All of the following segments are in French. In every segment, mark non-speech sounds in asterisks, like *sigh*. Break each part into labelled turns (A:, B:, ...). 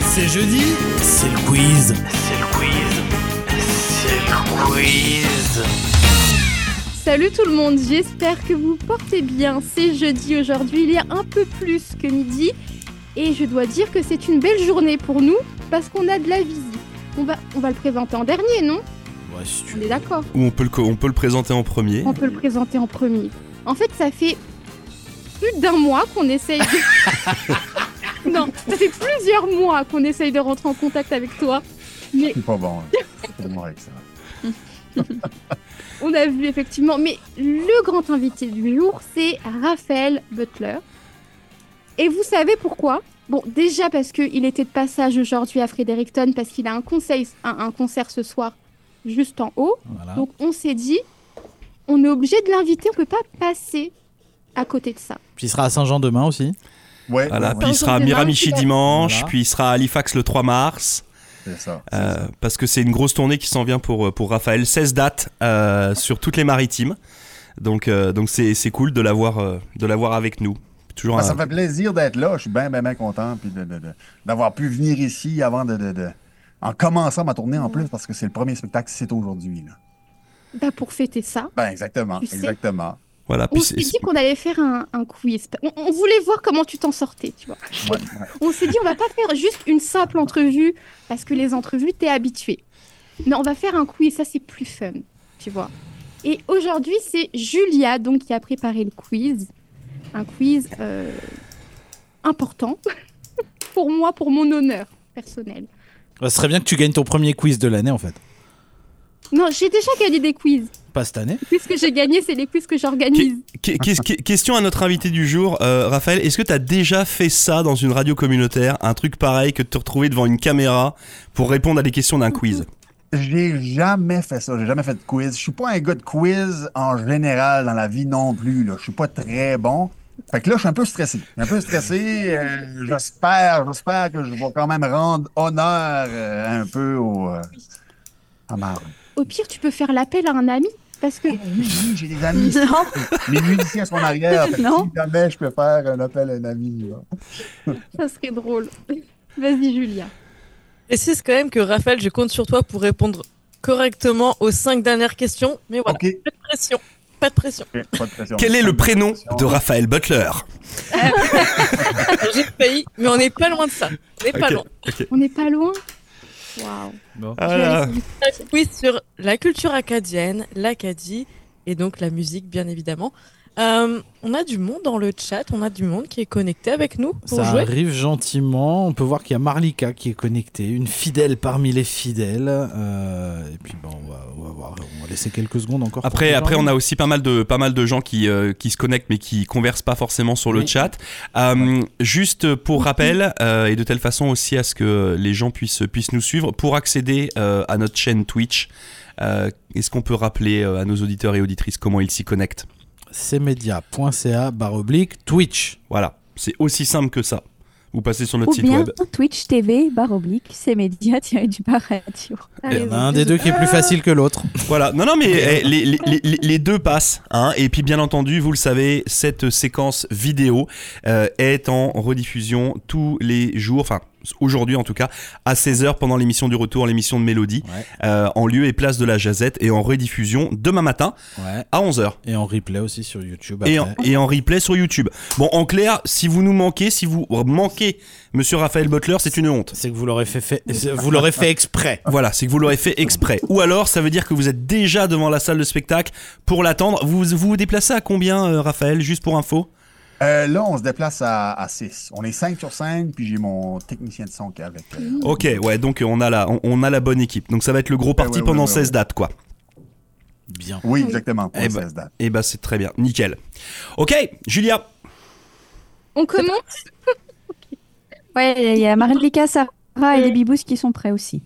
A: c'est jeudi, c'est le quiz.
B: C'est le quiz. C'est le quiz.
C: Salut tout le monde, j'espère que vous portez bien. C'est jeudi aujourd'hui, il y a un peu plus que midi. Et je dois dire que c'est une belle journée pour nous parce qu'on a de la visite. On va, on va le présenter en dernier, non
A: Ouais, si tu
C: On
A: veux.
C: est d'accord
D: Ou on peut le, co- on peut le présenter en premier.
C: On peut le présenter en premier. En fait, ça fait plus d'un mois qu'on essaye de... *laughs* non, ça fait plusieurs mois qu'on essaye de rentrer en contact avec toi. Mais
E: Je comprends *laughs* pas, hein. ouais. Je comprends pas avec ça.
C: On a vu effectivement, mais le grand invité du jour, c'est Raphaël Butler. Et vous savez pourquoi Bon, déjà parce qu'il était de passage aujourd'hui à Fredericton, parce qu'il a un, conseil, un, un concert ce soir juste en haut.
E: Ah.
A: Voilà.
C: Donc on s'est dit, on est obligé de l'inviter, on peut pas passer à côté de ça.
A: Puis il sera à Saint-Jean demain aussi.
E: Ouais,
D: Voilà,
E: ouais,
D: puis
E: ouais,
D: il sera à
C: Demain,
D: Miramichi
C: super.
D: dimanche,
A: Voilà.
D: puis il sera à Halifax le 3 mars,
E: c'est ça. c'est
D: euh,
E: ça.
D: parce que c'est une grosse tournée qui s'en vient pour, euh, pour Raphaël. 16 dates euh, sur toutes les maritimes. Donc euh, donc c'est c'est cool de l'avoir euh, de l'avoir avec nous. Toujours
E: Ah,
D: un-
E: ça me fait plaisir d'être là. Je suis bien, bien, bien content puis de- de- de- d'avoir pu venir ici avant de, de- de- En commençant ma tournée en plus, parce que c'est le premier spectacle c'est aujourd'hui. là.
C: Bah pour fêter ça,
E: Ben, exactement,
C: Tu sais.
E: exactement.
D: Voilà,
C: on
D: puis
C: s'est
D: c'est-
C: dit qu'on allait faire un, un quiz. On, on voulait voir comment tu t'en sortais, tu vois.
E: Ouais, ouais.
C: On s'est dit, on va pas faire juste une simple entrevue, parce que les entrevues, t'es habitué. Non, on va faire un quiz, ça c'est plus fun, tu vois. Et aujourd'hui, c'est Julia donc qui a préparé le quiz. Un quiz euh, important *laughs* pour moi, pour mon honneur personnel.
A: Ce serait bien que tu gagnes ton premier quiz de l'année en fait.
C: Non, j'ai déjà gagné des quiz.
A: Pas cette année.
C: Les quiz que j'ai gagné, c'est les quiz que j'organise.
D: Que- que- que- question à notre invité du jour, euh, Raphaël, est-ce que tu as déjà fait ça dans une radio communautaire, un truc pareil que de te retrouver devant une caméra pour répondre à des questions d'un quiz
E: J'ai jamais fait ça. J'ai jamais fait de quiz. Je suis pas un gars de quiz en général dans la vie non plus. Là. Je suis pas très bon. Fait que là, je suis un peu stressé. Je suis Un peu stressé. Euh, j'espère, j'espère que je vais quand même rendre honneur euh, un peu au. euh, à ma-
C: Au pire, tu peux faire l'appel à un ami, parce que
E: Oui, oui, j'ai des amis.
F: Non,
E: Mes musiciens sont en arrière. Fait que
F: Non.
E: Si jamais je peux faire un appel à un ami. là.
C: *laughs* ça serait
G: *laughs*
C: drôle. Vas-y, Julia.
F: précise quand même que Raphaël, je compte sur toi pour répondre correctement aux cinq dernières questions. Mais voilà,
E: OK.
F: pas de pression. Pas de pression. *laughs*
E: Pas de pression.
D: Quel est le prénom de Raphaël Butler
F: Alors, J'ai failli, mais on n'est pas loin de ça. On n'est pas
D: Ok.
F: loin.
C: On n'est pas loin Waouh.
D: Ah
C: Je vais
D: là.
C: aller sur
F: Oui, sur la culture acadienne, l'Acadie et donc la musique, bien évidemment. Euh, on a du monde dans le chat, on a du monde qui est connecté avec nous pour
A: Ça
F: jouer.
A: arrive gentiment. On peut voir qu'il y a Marlika qui est connectée, une fidèle parmi les fidèles. Euh, et puis bon, on va, on va voir. On va laisser quelques secondes encore. pour
D: Après,
A: que
D: après,
A: Jean-
D: on a aussi pas mal de pas mal de gens qui euh, qui se connectent mais qui conversent pas forcément sur le
A: Oui.
D: chat. Euh, juste pour rappel euh, et de telle façon aussi à ce que les gens puissent puissent nous suivre pour accéder euh, à notre chaîne Twitch. euh, Est-ce qu'on peut rappeler euh, à nos auditeurs et auditrices comment ils s'y connectent
A: C'est media.ca barre oblique Twitch.
D: Voilà, c'est aussi simple que ça. Vous passez sur notre
G: Ou
D: site
G: bien
D: web.
G: Twitch TV, barre oblique, c'est média, tiens, du *laughs* bar radio.
C: Ah,
A: Il y
C: les
A: en a Eh ben, un
C: autres,
A: des
C: les
A: deux qui est plus facile que l'autre.
D: Voilà, non, non, mais eh, les, les- les- les deux passent. Hein. Et puis, bien entendu, vous le savez, cette séquence vidéo euh, est en rediffusion tous les jours, enfin, aujourd'hui en tout cas, à 16h pendant l'émission du retour, l'émission de Mélodie,
A: Ouais.
D: euh, en lieu et place de la Jazette, et en rediffusion demain matin
A: *laughs* Ouais.
D: à 11h.
A: Et en replay aussi sur YouTube.
D: Et en,
A: après.
D: et en replay sur YouTube. Bon, en clair, si vous nous manquez, si vous manquez Monsieur Raphaël Butler, c'est une honte.
A: C'est que vous l'aurez fait, fait- c'est- vous l'aurez fait exprès.
D: Voilà, c'est que vous l'aurez fait exprès. Ou alors, ça veut dire que vous êtes déjà devant la salle de spectacle pour l'attendre. Vous, vous vous déplacez à combien, euh, Raphaël, juste pour info
E: Euh, là, on se déplace à 6. On est 5 sur 5, puis j'ai mon technicien de son qui est avec. euh,
D: Ok, ouais, donc euh, on a, la, on, on a la bonne équipe. Donc ça va être le gros parti
E: ouais, ouais,
D: pendant
E: ouais,
D: 16
E: ouais.
D: dates, quoi.
A: Bien.
E: Oui, exactement. Pour
D: Eh
E: les
D: ben.
E: 16 dates.
D: Et bah c'est très bien, nickel. Ok, Julia,
C: On commence
G: *laughs* Ouais, il y a Marilika, Sarah Ah, et les Bibous qui sont prêts aussi.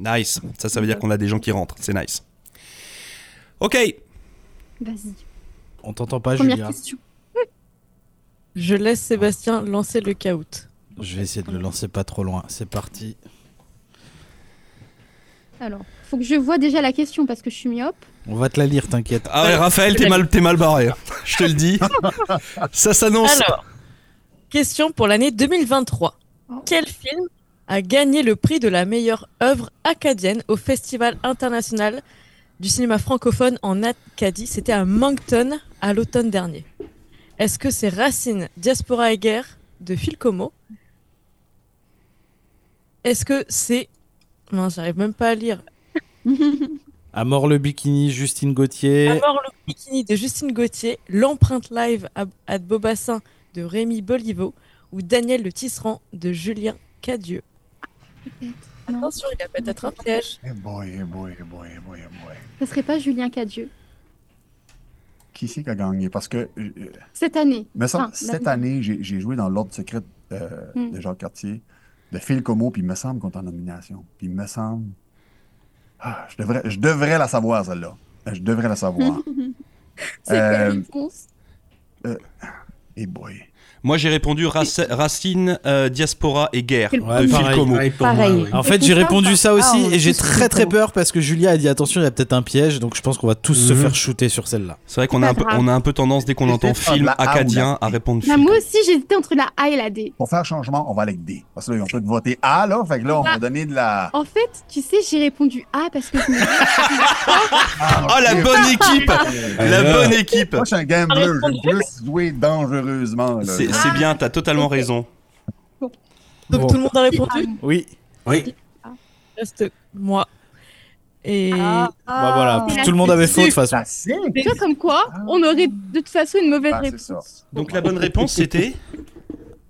D: nice. Ça, ça veut dire qu'on a des gens qui rentrent, c'est nice. Ok,
C: Vas-y,
A: On t'entend pas,
C: première
A: Ah, Julia.
C: question.
F: Je laisse Sébastien lancer le caout.
A: Je vais essayer de le lancer pas trop loin. C'est parti.
C: Alors, faut que je vois déjà la question parce que je suis myope.
A: On va te la lire, t'inquiète.
D: ah ouais, Raphaël, t'es mal, t'es mal barré. *laughs* Je te le dis. Ça s'annonce.
F: Alors, question pour l'année 2023.
C: Oh.
F: Quel film a gagné le prix de la meilleure œuvre acadienne au Festival international du cinéma francophone en Acadie. C'était à Moncton à l'automne dernier. Est-ce que c'est Racine, Diaspora et Guerre de Phil Como Est-ce que c'est. Non, j'arrive même pas à lire.
A: À mort le bikini, Justine Gauthier.
F: À mort le bikini de Justine Gauthier, l'empreinte live à, à Beaubassin de Rémi Boliveau ou Daniel le Tisserand de Julien Cadieux.
G: Ah
C: Non,
F: Attention, il y a peut-être un piège.
E: Eh boy, eh boy, eh boy, eh boy, eh boy.
C: ce serait pas Julien Cadieux.
E: Qui c'est qui a gagné? Parce que, euh, euh,
C: Cette année.
E: me semble,
C: Ah,
G: ben,
E: cette
C: la-
E: année, j'ai j'ai joué dans l'ordre secret euh,
C: Hmm.
E: de Jacques Cartier, de Phil Como, puis il me semble qu'on est en nomination. Puis il me semble. Ah, je, devrais, je devrais la savoir, celle-là. Je devrais la
G: *laughs*
E: savoir.
C: C'est quelle
E: Euh,
C: réponse
E: Eh boy.
D: Moi, j'ai répondu Rac- Racine, euh, Diaspora et Guerre
A: Ouais,
D: de Phil
A: pareil,
D: Como.
A: pareil.
G: Pareil.
A: En fait,
G: Écoute,
A: j'ai
G: ça,
A: répondu ça aussi
G: Ah, on
A: et j'ai
G: tous
A: très très
G: Phil Como.
A: peur parce que Julia a dit attention, il y a peut-être un piège, donc je pense qu'on va tous se
D: Mhm.
A: faire shooter sur celle-là.
D: C'est vrai qu'on a,
C: pas
D: un peu-
C: grave.
D: on a un peu tendance, dès qu'on
E: Et
D: entend
E: c'est pas de
D: film
E: la A ou la
D: acadien,
E: B.
D: à répondre
C: Bah,
D: Phil
C: Moi aussi, j'hésitais entre la A et la D.
E: Pour faire changement, on va aller avec D. Parce que là, on peut voter A, là. Fait que là, on
G: Ah.
E: va donner de la.
C: En fait, tu sais, j'ai répondu A parce que je me dis,
D: Oh,
G: *laughs*
A: Ah,
D: la bonne équipe La
A: Alors.
D: bonne équipe
E: Euh, Moi, je suis un gambler. Je veux juste jouer dangereusement, là. Ah,
D: C'est c'est bien, t'as totalement raison.
F: Donc
A: Bon.
F: tout le monde a répondu.
A: Oui.
H: Oui.
F: Reste moi.
G: Ah,
F: Et Ah.
A: Bah, voilà,
C: c'est
A: tout
C: la
A: le monde avait faux de toute façon.
E: Classique.
C: tu vois, comme quoi, on aurait de toute façon une mauvaise
E: Ah, c'est
C: réponse.
E: ça.
D: Donc la bonne réponse, c'était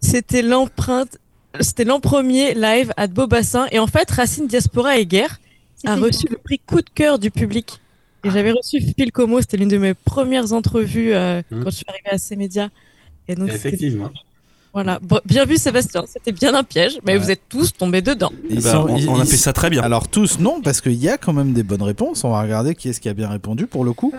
F: c'était l'empreinte, c'était l'an premier live à Beaubassin. Et en fait, Racine Diaspora et Guerre a
C: C'était-
F: reçu le prix coup de cœur du public. Et j'avais reçu Phil Como, c'était l'une de mes premières entrevues euh,
H: Mhm.
F: quand je suis arrivée à ces médias. Et donc, c'était-
H: Effectivement.
F: voilà. Bon, bien vu Sébastien, c'était bien un piège, mais
A: Ouais.
F: vous êtes tous tombés dedans.
A: Ils
D: Bah,
A: sont-
D: on,
A: ils-
D: on a
A: ils-
D: fait ça très bien.
A: Alors tous non, parce qu'il y a quand même des bonnes réponses. On va regarder qui est-ce qui a bien répondu pour le coup.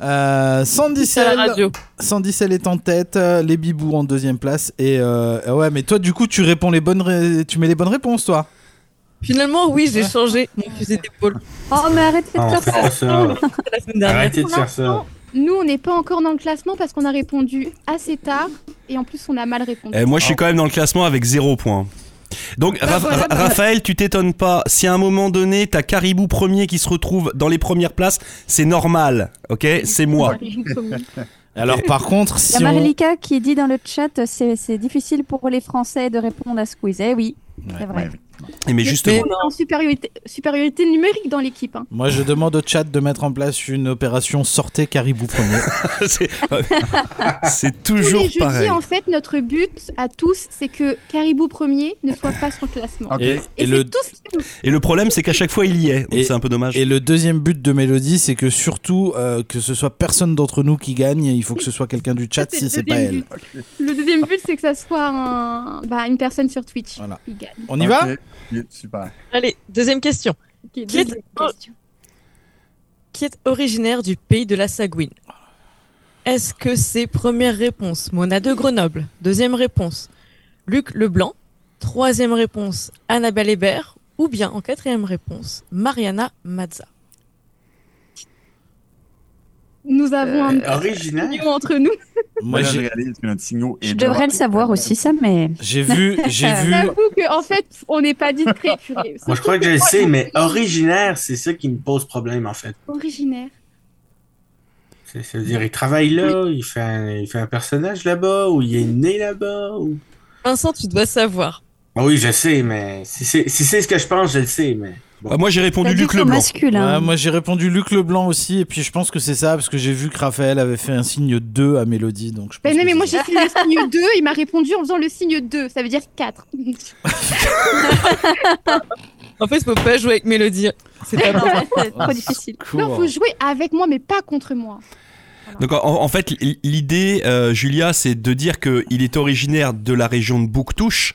A: Euh, Sandy
F: C'est à la
A: Cell,
F: radio.
A: Sandy Cell est en tête, euh, les Bibous en deuxième place et euh, ah ouais, mais toi du coup tu réponds les bonnes, ré- tu mets les bonnes réponses toi.
F: Finalement, oui, j'ai changé mon fusil d'épaule
G: Oh, mais arrêtez de
H: Ah,
G: faire ça.
H: ça.
F: la semaine dernière.
H: Arrêtez de
C: Pour
H: faire ça.
C: l'instant, Nous, on n'est pas encore dans le classement parce qu'on a répondu assez tard et en plus, on a mal répondu.
D: Eh, moi, je suis quand même dans le classement avec zéro point. Donc, Ra-
F: voilà.
D: Ra- Raphaël, tu t'étonnes pas. Si à un moment donné, t'as Caribou premier qui se retrouve dans les premières places, c'est normal, ok C'est moi.
A: Alors par
F: *laughs*
A: contre si
G: Il y a
A: on-
G: Marlika qui dit dans le chat, c'est c'est difficile pour les Français de répondre à Squeeze. Eh oui,
A: Ouais.
G: c'est vrai.
D: Et Eh, Mais
C: *laughs*
A: Eh,
D: justement, *laughs*
C: On est en supériorité, supériorité numérique dans l'équipe. hein.
A: Moi, je demande au chat de mettre en place une opération sortez caribou premier.
D: c'est c'est
C: Tous les
D: toujours
C: jeudis,
D: pareil.
C: en fait, notre but à tous, c'est que Caribou premier ne soit pas sur le classement.
E: Ok.
A: Et,
C: Et,
A: Ah. et
C: c'est
A: le,
C: tout ce qui nous
D: Et le problème, c'est qu'à chaque fois, il y est. Donc,
A: Et-
D: C'est un peu dommage.
A: et le deuxième but de Mélodie, c'est que surtout euh, que ce soit personne d'entre nous qui gagne. Il faut que ce soit quelqu'un du chat
C: C'est
A: si
C: le
A: c'est pas
C: deuxième
A: elle.
C: but. Le deuxième but, c'est que ça soit un- bah, une personne sur Twitch.
A: Voilà.
C: qui gagne.
A: On y va
E: Ok. Super.
F: Allez, deuxième question.
C: Ok,
F: est-
C: deuxième
F: oh.
C: question.
F: qui est originaire du pays de la Sagouine. Est-ce que c'est première réponse Mona de Grenoble, deuxième réponse Luc Leblanc, troisième réponse Annabelle Hébert ou bien en quatrième réponse Mariana Mazza.
C: Nous avons un
H: Euh, Originaire.
C: million entre nous.
A: Moi,
E: Moi, je
A: j'ai-
E: réalise que notre signaux est.
G: Je devrais le savoir aussi, ça, mais.
A: j'ai vu, j'ai
C: Euh,
A: vu.
C: J'avoue qu'en fait, on n'est pas dit très purée.
H: Moi, je crois que je le sais, mais originaire, c'est ça qui me pose problème, en fait.
C: Originaire.
H: C'est- C'est-à-dire, il travaille là, il fait un, il fait un personnage là-bas, ou il est né là-bas, ou...
F: Vincent, tu dois savoir.
H: Ah oui, je sais, mais si c'est si c'est ce que je pense, je le sais, mais...
D: Bah, moi, j'ai répondu
G: Pas du
D: Luc
G: tout
D: Leblanc.
A: Ouais,
G: masculin.
A: moi, j'ai répondu Luc Leblanc aussi. Et puis, je pense que c'est ça parce que j'ai vu que Raphaël avait fait un signe 2 à Mélodie. Donc, je pense
C: Ben non,
A: que
C: mais
A: c'est
C: moi
A: ça.
C: j'ai fait le *laughs* signe 2, il m'a répondu en faisant le signe 2, ça veut dire 4. *laughs*
F: En fait, faut pas jouer avec Mélodie. C'est
A: *laughs*
F: pas bon.
G: C'est trop difficile.
C: non, faut jouer avec moi, mais pas contre moi.
D: Donc en, en fait, l- l'idée, euh, Julia, c'est de dire qu'il est originaire de la région de Bouctouche,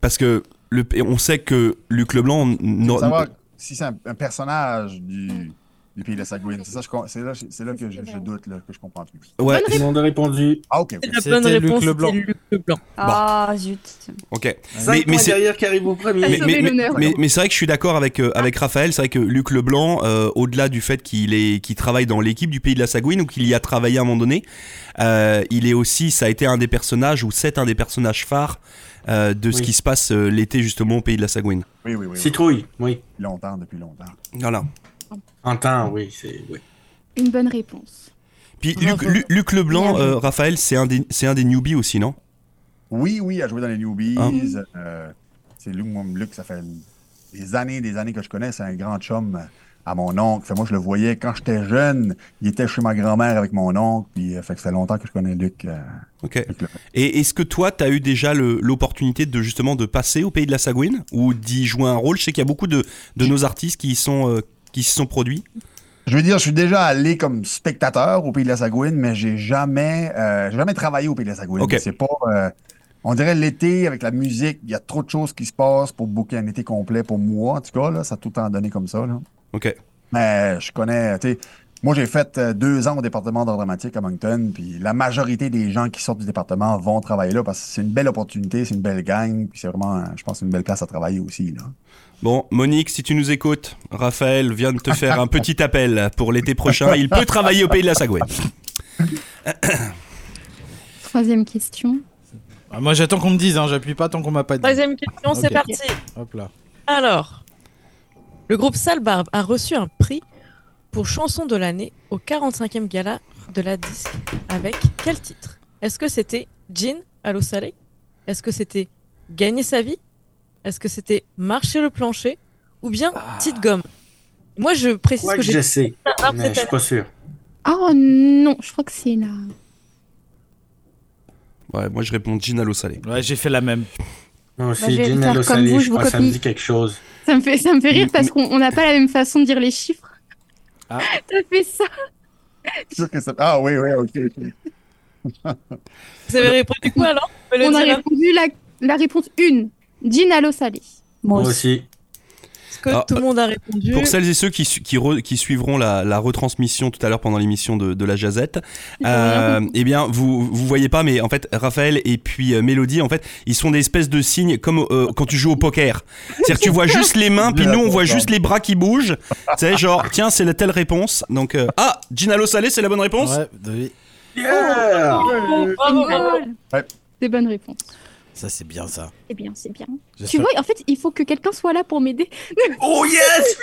D: parce que le, et on sait que Luc Leblanc,
E: Faut
D: n'aura-
E: savoir si c'est un, un personnage du, Les pays de la Sagouine. C'est ça, je com- c'est là, c'est là que je, je doute, là, que je comprends plus.
D: Ouais,
H: Tout le monde a répondu.
E: Ah, ok. oui.
F: La
A: C'était
F: bonne
A: Luc
F: réponse,
A: Leblanc.
F: c'était Luc Leblanc.
G: Ah, zut.
D: ok.
H: Cinq
D: mais
H: points
D: c'est-
H: derrière qui arrive au premier.
D: mais,
C: sauvé
D: mais-
C: l'honneur.
D: mais- mais c'est vrai que je suis d'accord avec, euh, avec Raphaël. C'est vrai que Luc Leblanc, euh, au-delà du fait qu'il est qu'il travaille dans l'équipe du pays de la Sagouine ou qu'il y a travaillé à un moment donné, euh, il est aussi, ça a été un des personnages ou c'est un des personnages phares euh, de ce
H: Oui.
D: qui se passe euh, l'été justement au pays de la Sagouine.
E: Oui, oui, oui. oui.
H: Citrouille, oui.
E: Depuis longtemps, depuis longtemps.
D: Voilà.
H: Antin, oui, c'est. Oui.
C: Une bonne réponse.
D: Puis Luc, Lu- Luc Leblanc, euh, Raphaël, c'est un, des- c'est un des newbies aussi, non
E: Oui, oui, à jouer dans les Newbies.
D: Ah.
E: euh, c'est Luc, moi, Luc, ça fait des années, des années que je connais. C'est un grand chum à mon oncle. Fait, moi, je le voyais quand j'étais jeune. Il était chez ma grand-mère avec mon oncle. Puis, euh, fait que ça fait longtemps que je connais Luc. euh,
D: Ok.
E: Luc Leblanc.
D: Et est-ce que toi, t'as eu déjà le- l'opportunité de justement de passer au pays de la Sagouine ou d'y jouer un rôle Je sais qu'il y a beaucoup de, de nos artistes qui y sont euh, qui s'y sont produits.
E: Je veux dire, je suis déjà allé comme spectateur au Pays de la Sagouine, mais j'ai jamais, euh, j'ai jamais travaillé au Pays de la Sagouine.
D: Ok.
E: C'est pas. euh, on dirait l'été avec la musique, il y a trop de choses qui se passent pour booker un été complet pour moi. En tout cas, là, ça a tout le temps donné comme ça. Là.
D: Ok.
E: Mais je connais, tu sais, moi j'ai fait euh, deux ans au département d'art dramatique à Moncton, puis la majorité des gens qui sortent du département vont travailler là parce que c'est une belle opportunité, c'est une belle gang, puis c'est vraiment, euh, je pense, une belle place à travailler aussi. Là.
D: Bon, Monique, si tu nous écoutes, Raphaël vient de te faire un petit appel pour l'été prochain. Il peut travailler au pays de la Sagouine.
C: Troisième question.
A: Ah, moi j'attends qu'on me dise, hein, j'appuie pas tant qu'on m'a pas dit.
F: Troisième question, c'est
A: Ok.
F: parti.
A: Hop là.
F: Alors, le groupe Salbarbe a reçu un prix pour chanson de l'année au 45e gala de la disque avec quel titre Est-ce que c'était Jean, Allo Salé Est-ce que c'était Gagner sa vie Est-ce que c'était Marcher le plancher Ou bien
D: Ah.
F: Petite gomme Moi, je précise
H: Quoi
F: que
H: que je
F: j'ai
H: sais,
F: Salbarbe
H: mais
F: cette
H: je suis
F: année.
H: pas sûr.
C: Oh non, je crois que c'est là.
D: *laughs* Ouais, moi je réponds Gin à l'eau salée.
A: Ouais, j'ai fait la même.
H: Moi
G: Bah, je
H: aussi,
G: vais
H: Gin
G: faire
H: Allo
G: comme
H: Salé,
G: vous,
H: je
G: je vous
H: crois que ça me
G: copie.
H: dit quelque chose.
C: Ça me fait, ça me fait rire parce qu'on on n'a pas la même façon de dire les chiffres.
A: Ah.
C: *laughs* Ça fait ça.
E: Je suis sûr que ça- Ah oui, oui, ok. ok.
F: Vous avez répondu quoi alors Vous pouvez le
C: On a
F: dire, hein.
C: répondu la, la réponse 1. Gin à l'eau salée.
G: Moi
H: Moi
G: aussi.
H: aussi.
F: Est-ce que
D: Ah,
F: tout le monde a répondu
D: Pour celles et ceux qui, su- qui, re- qui suivront la, la retransmission tout à l'heure pendant l'émission de, de la Jazette, euh, eh bien, vous vous voyez pas, mais en fait, Raphaël et puis euh, Mélodie, en fait, ils sont des espèces de signes comme euh, quand tu joues au poker. C'est-à-dire que tu vois juste les mains, puis nous, on voit juste les bras qui bougent. Tu sais, genre, tiens, c'est la telle réponse. Donc, euh, ah, Ginalo Salé, c'est la bonne réponse
A: Ouais, oui.
H: Yeah
F: Oh, bravo, bravo.
E: Ouais.
C: C'est bonne réponse.
A: Ça c'est bien ça.
C: C'est bien, c'est bien. Tu
A: J'espère-
C: vois, en fait, il faut que quelqu'un soit là pour m'aider.
H: Oh yes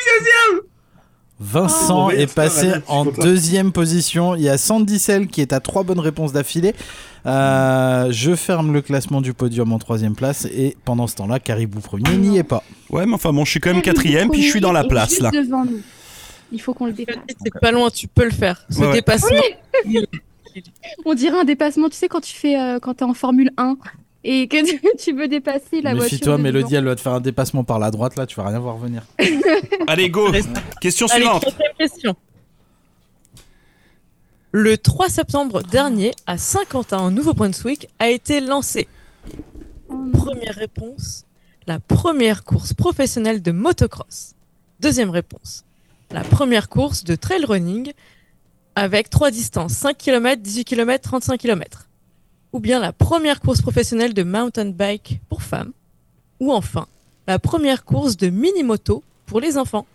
A: Vincent
H: Oh,
A: est
H: merde, ça
A: passé
H: va, je suis
A: en
H: content.
A: deuxième position. Il y a Sandy Sell qui est à trois bonnes réponses d'affilée. Euh, je ferme le classement du podium en troisième place et pendant ce temps-là, Caribou
G: Ah
A: premier n'y est pas.
D: Ouais, mais enfin, bon, je suis quand même quatrième, puis je suis dans la
C: Et
D: place,
C: juste *laughs*
D: là.
C: devant nous. Il faut qu'on le dépasse.
F: C'est pas loin, tu peux le faire. Ce
D: Ouais, ouais.
F: dépassement.
C: On dirait un dépassement, tu sais, quand tu fais, euh, quand t'es en Formule 1 et que tu, *laughs* tu veux dépasser la voiture. de
A: Méfie-toi,
C: devant.
A: Mélodie, elle va te faire un dépassement par la droite là, tu vas rien voir venir. *laughs*
D: Allez, go Question
F: Allez,
D: suivante.
F: quatrième question. Le 3 septembre dernier, à Saint-Quentin, en Nouveau-Brunswick, a été lancée. Première réponse, la première course professionnelle de motocross. Deuxième réponse, la première course de trail running avec trois distances, 5 km, 18 km, 35 km. Ou bien la première course professionnelle de mountain bike pour femmes. Ou enfin, la première course de mini-moto pour les enfants.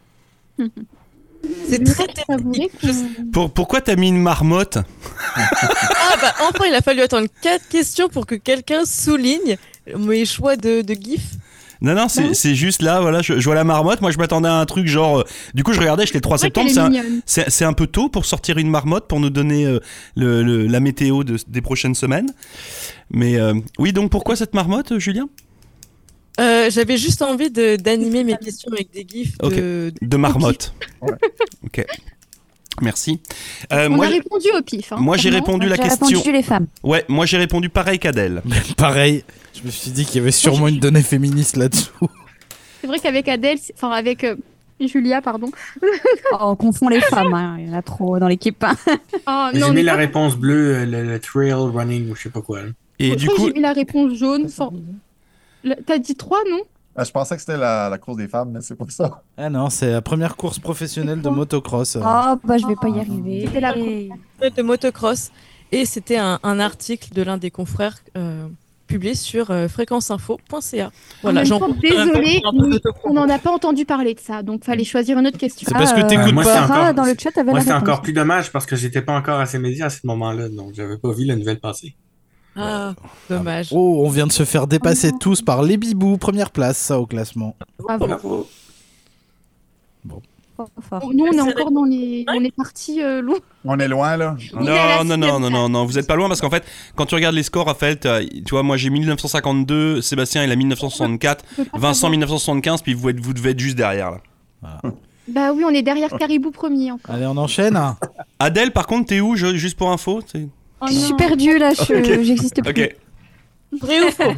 F: C'est très
C: T'avouerais
F: technique.
C: qu'on-
D: Pour, pourquoi t'as mis une marmotte
F: Ah bah enfin, il a fallu attendre quatre questions pour que quelqu'un souligne mes choix de, de gifs.
D: Non, non,
C: Bah
D: c'est c'est juste là, voilà, je, je vois la marmotte. Moi, je m'attendais à un truc genre. euh, du coup, je regardais, j'étais le 3
C: C'est vrai
D: septembre.
C: qu'elle
D: C'est
C: est
D: un,
C: mignonne.
D: c'est- c'est un peu tôt pour sortir une marmotte, pour nous donner euh, le- le- la météo de- des prochaines semaines. Mais euh, oui, donc pourquoi cette marmotte, euh, Julien
F: Euh, J'avais juste envie de- d'animer mes questions avec des gifs. de-
D: Ok.
F: de-
D: De
C: *laughs*
D: marmotte.
E: Ouais.
D: ok. Merci. Euh,
C: On
D: moi,
C: a
D: j'ai-
C: répondu au pif. hein,
D: moi, j'ai
C: clairement.
D: répondu
G: J'ai
D: la question.
G: répondu les femmes.
D: Ouais, moi, j'ai répondu pareil qu'Adèle.
A: Pareil, je me suis dit qu'il y avait sûrement une donnée féministe là-dessous. *laughs*
C: C'est vrai qu'avec Adèle, c'est- enfin avec euh, Julia, pardon. *laughs*
G: Oh, on confond les femmes, hein. il y en a trop dans l'équipe. hein.
C: Ah,
H: J'ai
C: on
H: mis
C: est
H: la
C: pas-
H: réponse bleue, euh, le, le trail running ou je sais pas quoi. là.
D: Et
C: Je
D: du
C: crois que
D: coup,
C: j'ai mis la réponse jaune. sans- Le- T'as dit 3, non
E: Ah, je pensais que c'était la, la course des femmes, mais c'est pas ça.
A: Ah non, c'est la première course professionnelle de motocross. euh.
G: Oh, bah, je vais pas y arriver.
C: C'était la
F: de motocross. Et c'était un, un article de l'un des confrères euh, publié sur euh, fréquenceinfo.ca. Voilà,
C: même
F: j'en
C: temps,
F: profite en même temps
C: désolé,
F: pour un peu d'autopromo.
C: On n'en a pas entendu parler de ça, donc fallait choisir une autre question.
A: C'est parce que
G: Ah,
A: t'écoutes
H: moi,
A: pas.
H: c'est
G: Sarah,
H: encore-
G: dans le chat, avait
H: Moi,
G: la
H: c'était
G: réponse.
H: encore plus dommage parce que j'étais pas encore à ces médias à ce moment-là, donc j'avais pas vu la nouvelle passer.
F: Ah, dommage.
A: Oh, on vient de se faire
G: Ah
A: dépasser tous par les bibous, première place, ça au classement.
C: Bravo.
H: Bravo.
G: Fort, Oh, fort.
C: Nous, on est encore dans les. On est parti euh, loin.
E: On est loin, là. Ah,
C: On est à la
D: Non, non, non,
C: sixième
D: non, non, non, vous êtes pas loin parce qu'en fait, quand tu regardes les scores, Raphaël, t'as- tu vois, moi j'ai 1952, Sébastien il a 1964,
C: place. On peut pas
D: Vincent
C: savoir.
D: 1975, puis vous, êtes- vous devez être juste derrière là.
C: Bah oui, on est derrière Caribou premier encore.
A: Allez, on enchaîne.
D: Adèle, par contre, t'es où je- Juste pour info t'es-
C: Oh
G: Je suis perdue là, je-
D: Ok.
G: j'existe plus.
D: Ok. Ah,
F: Vrai
D: oh.
F: ou faux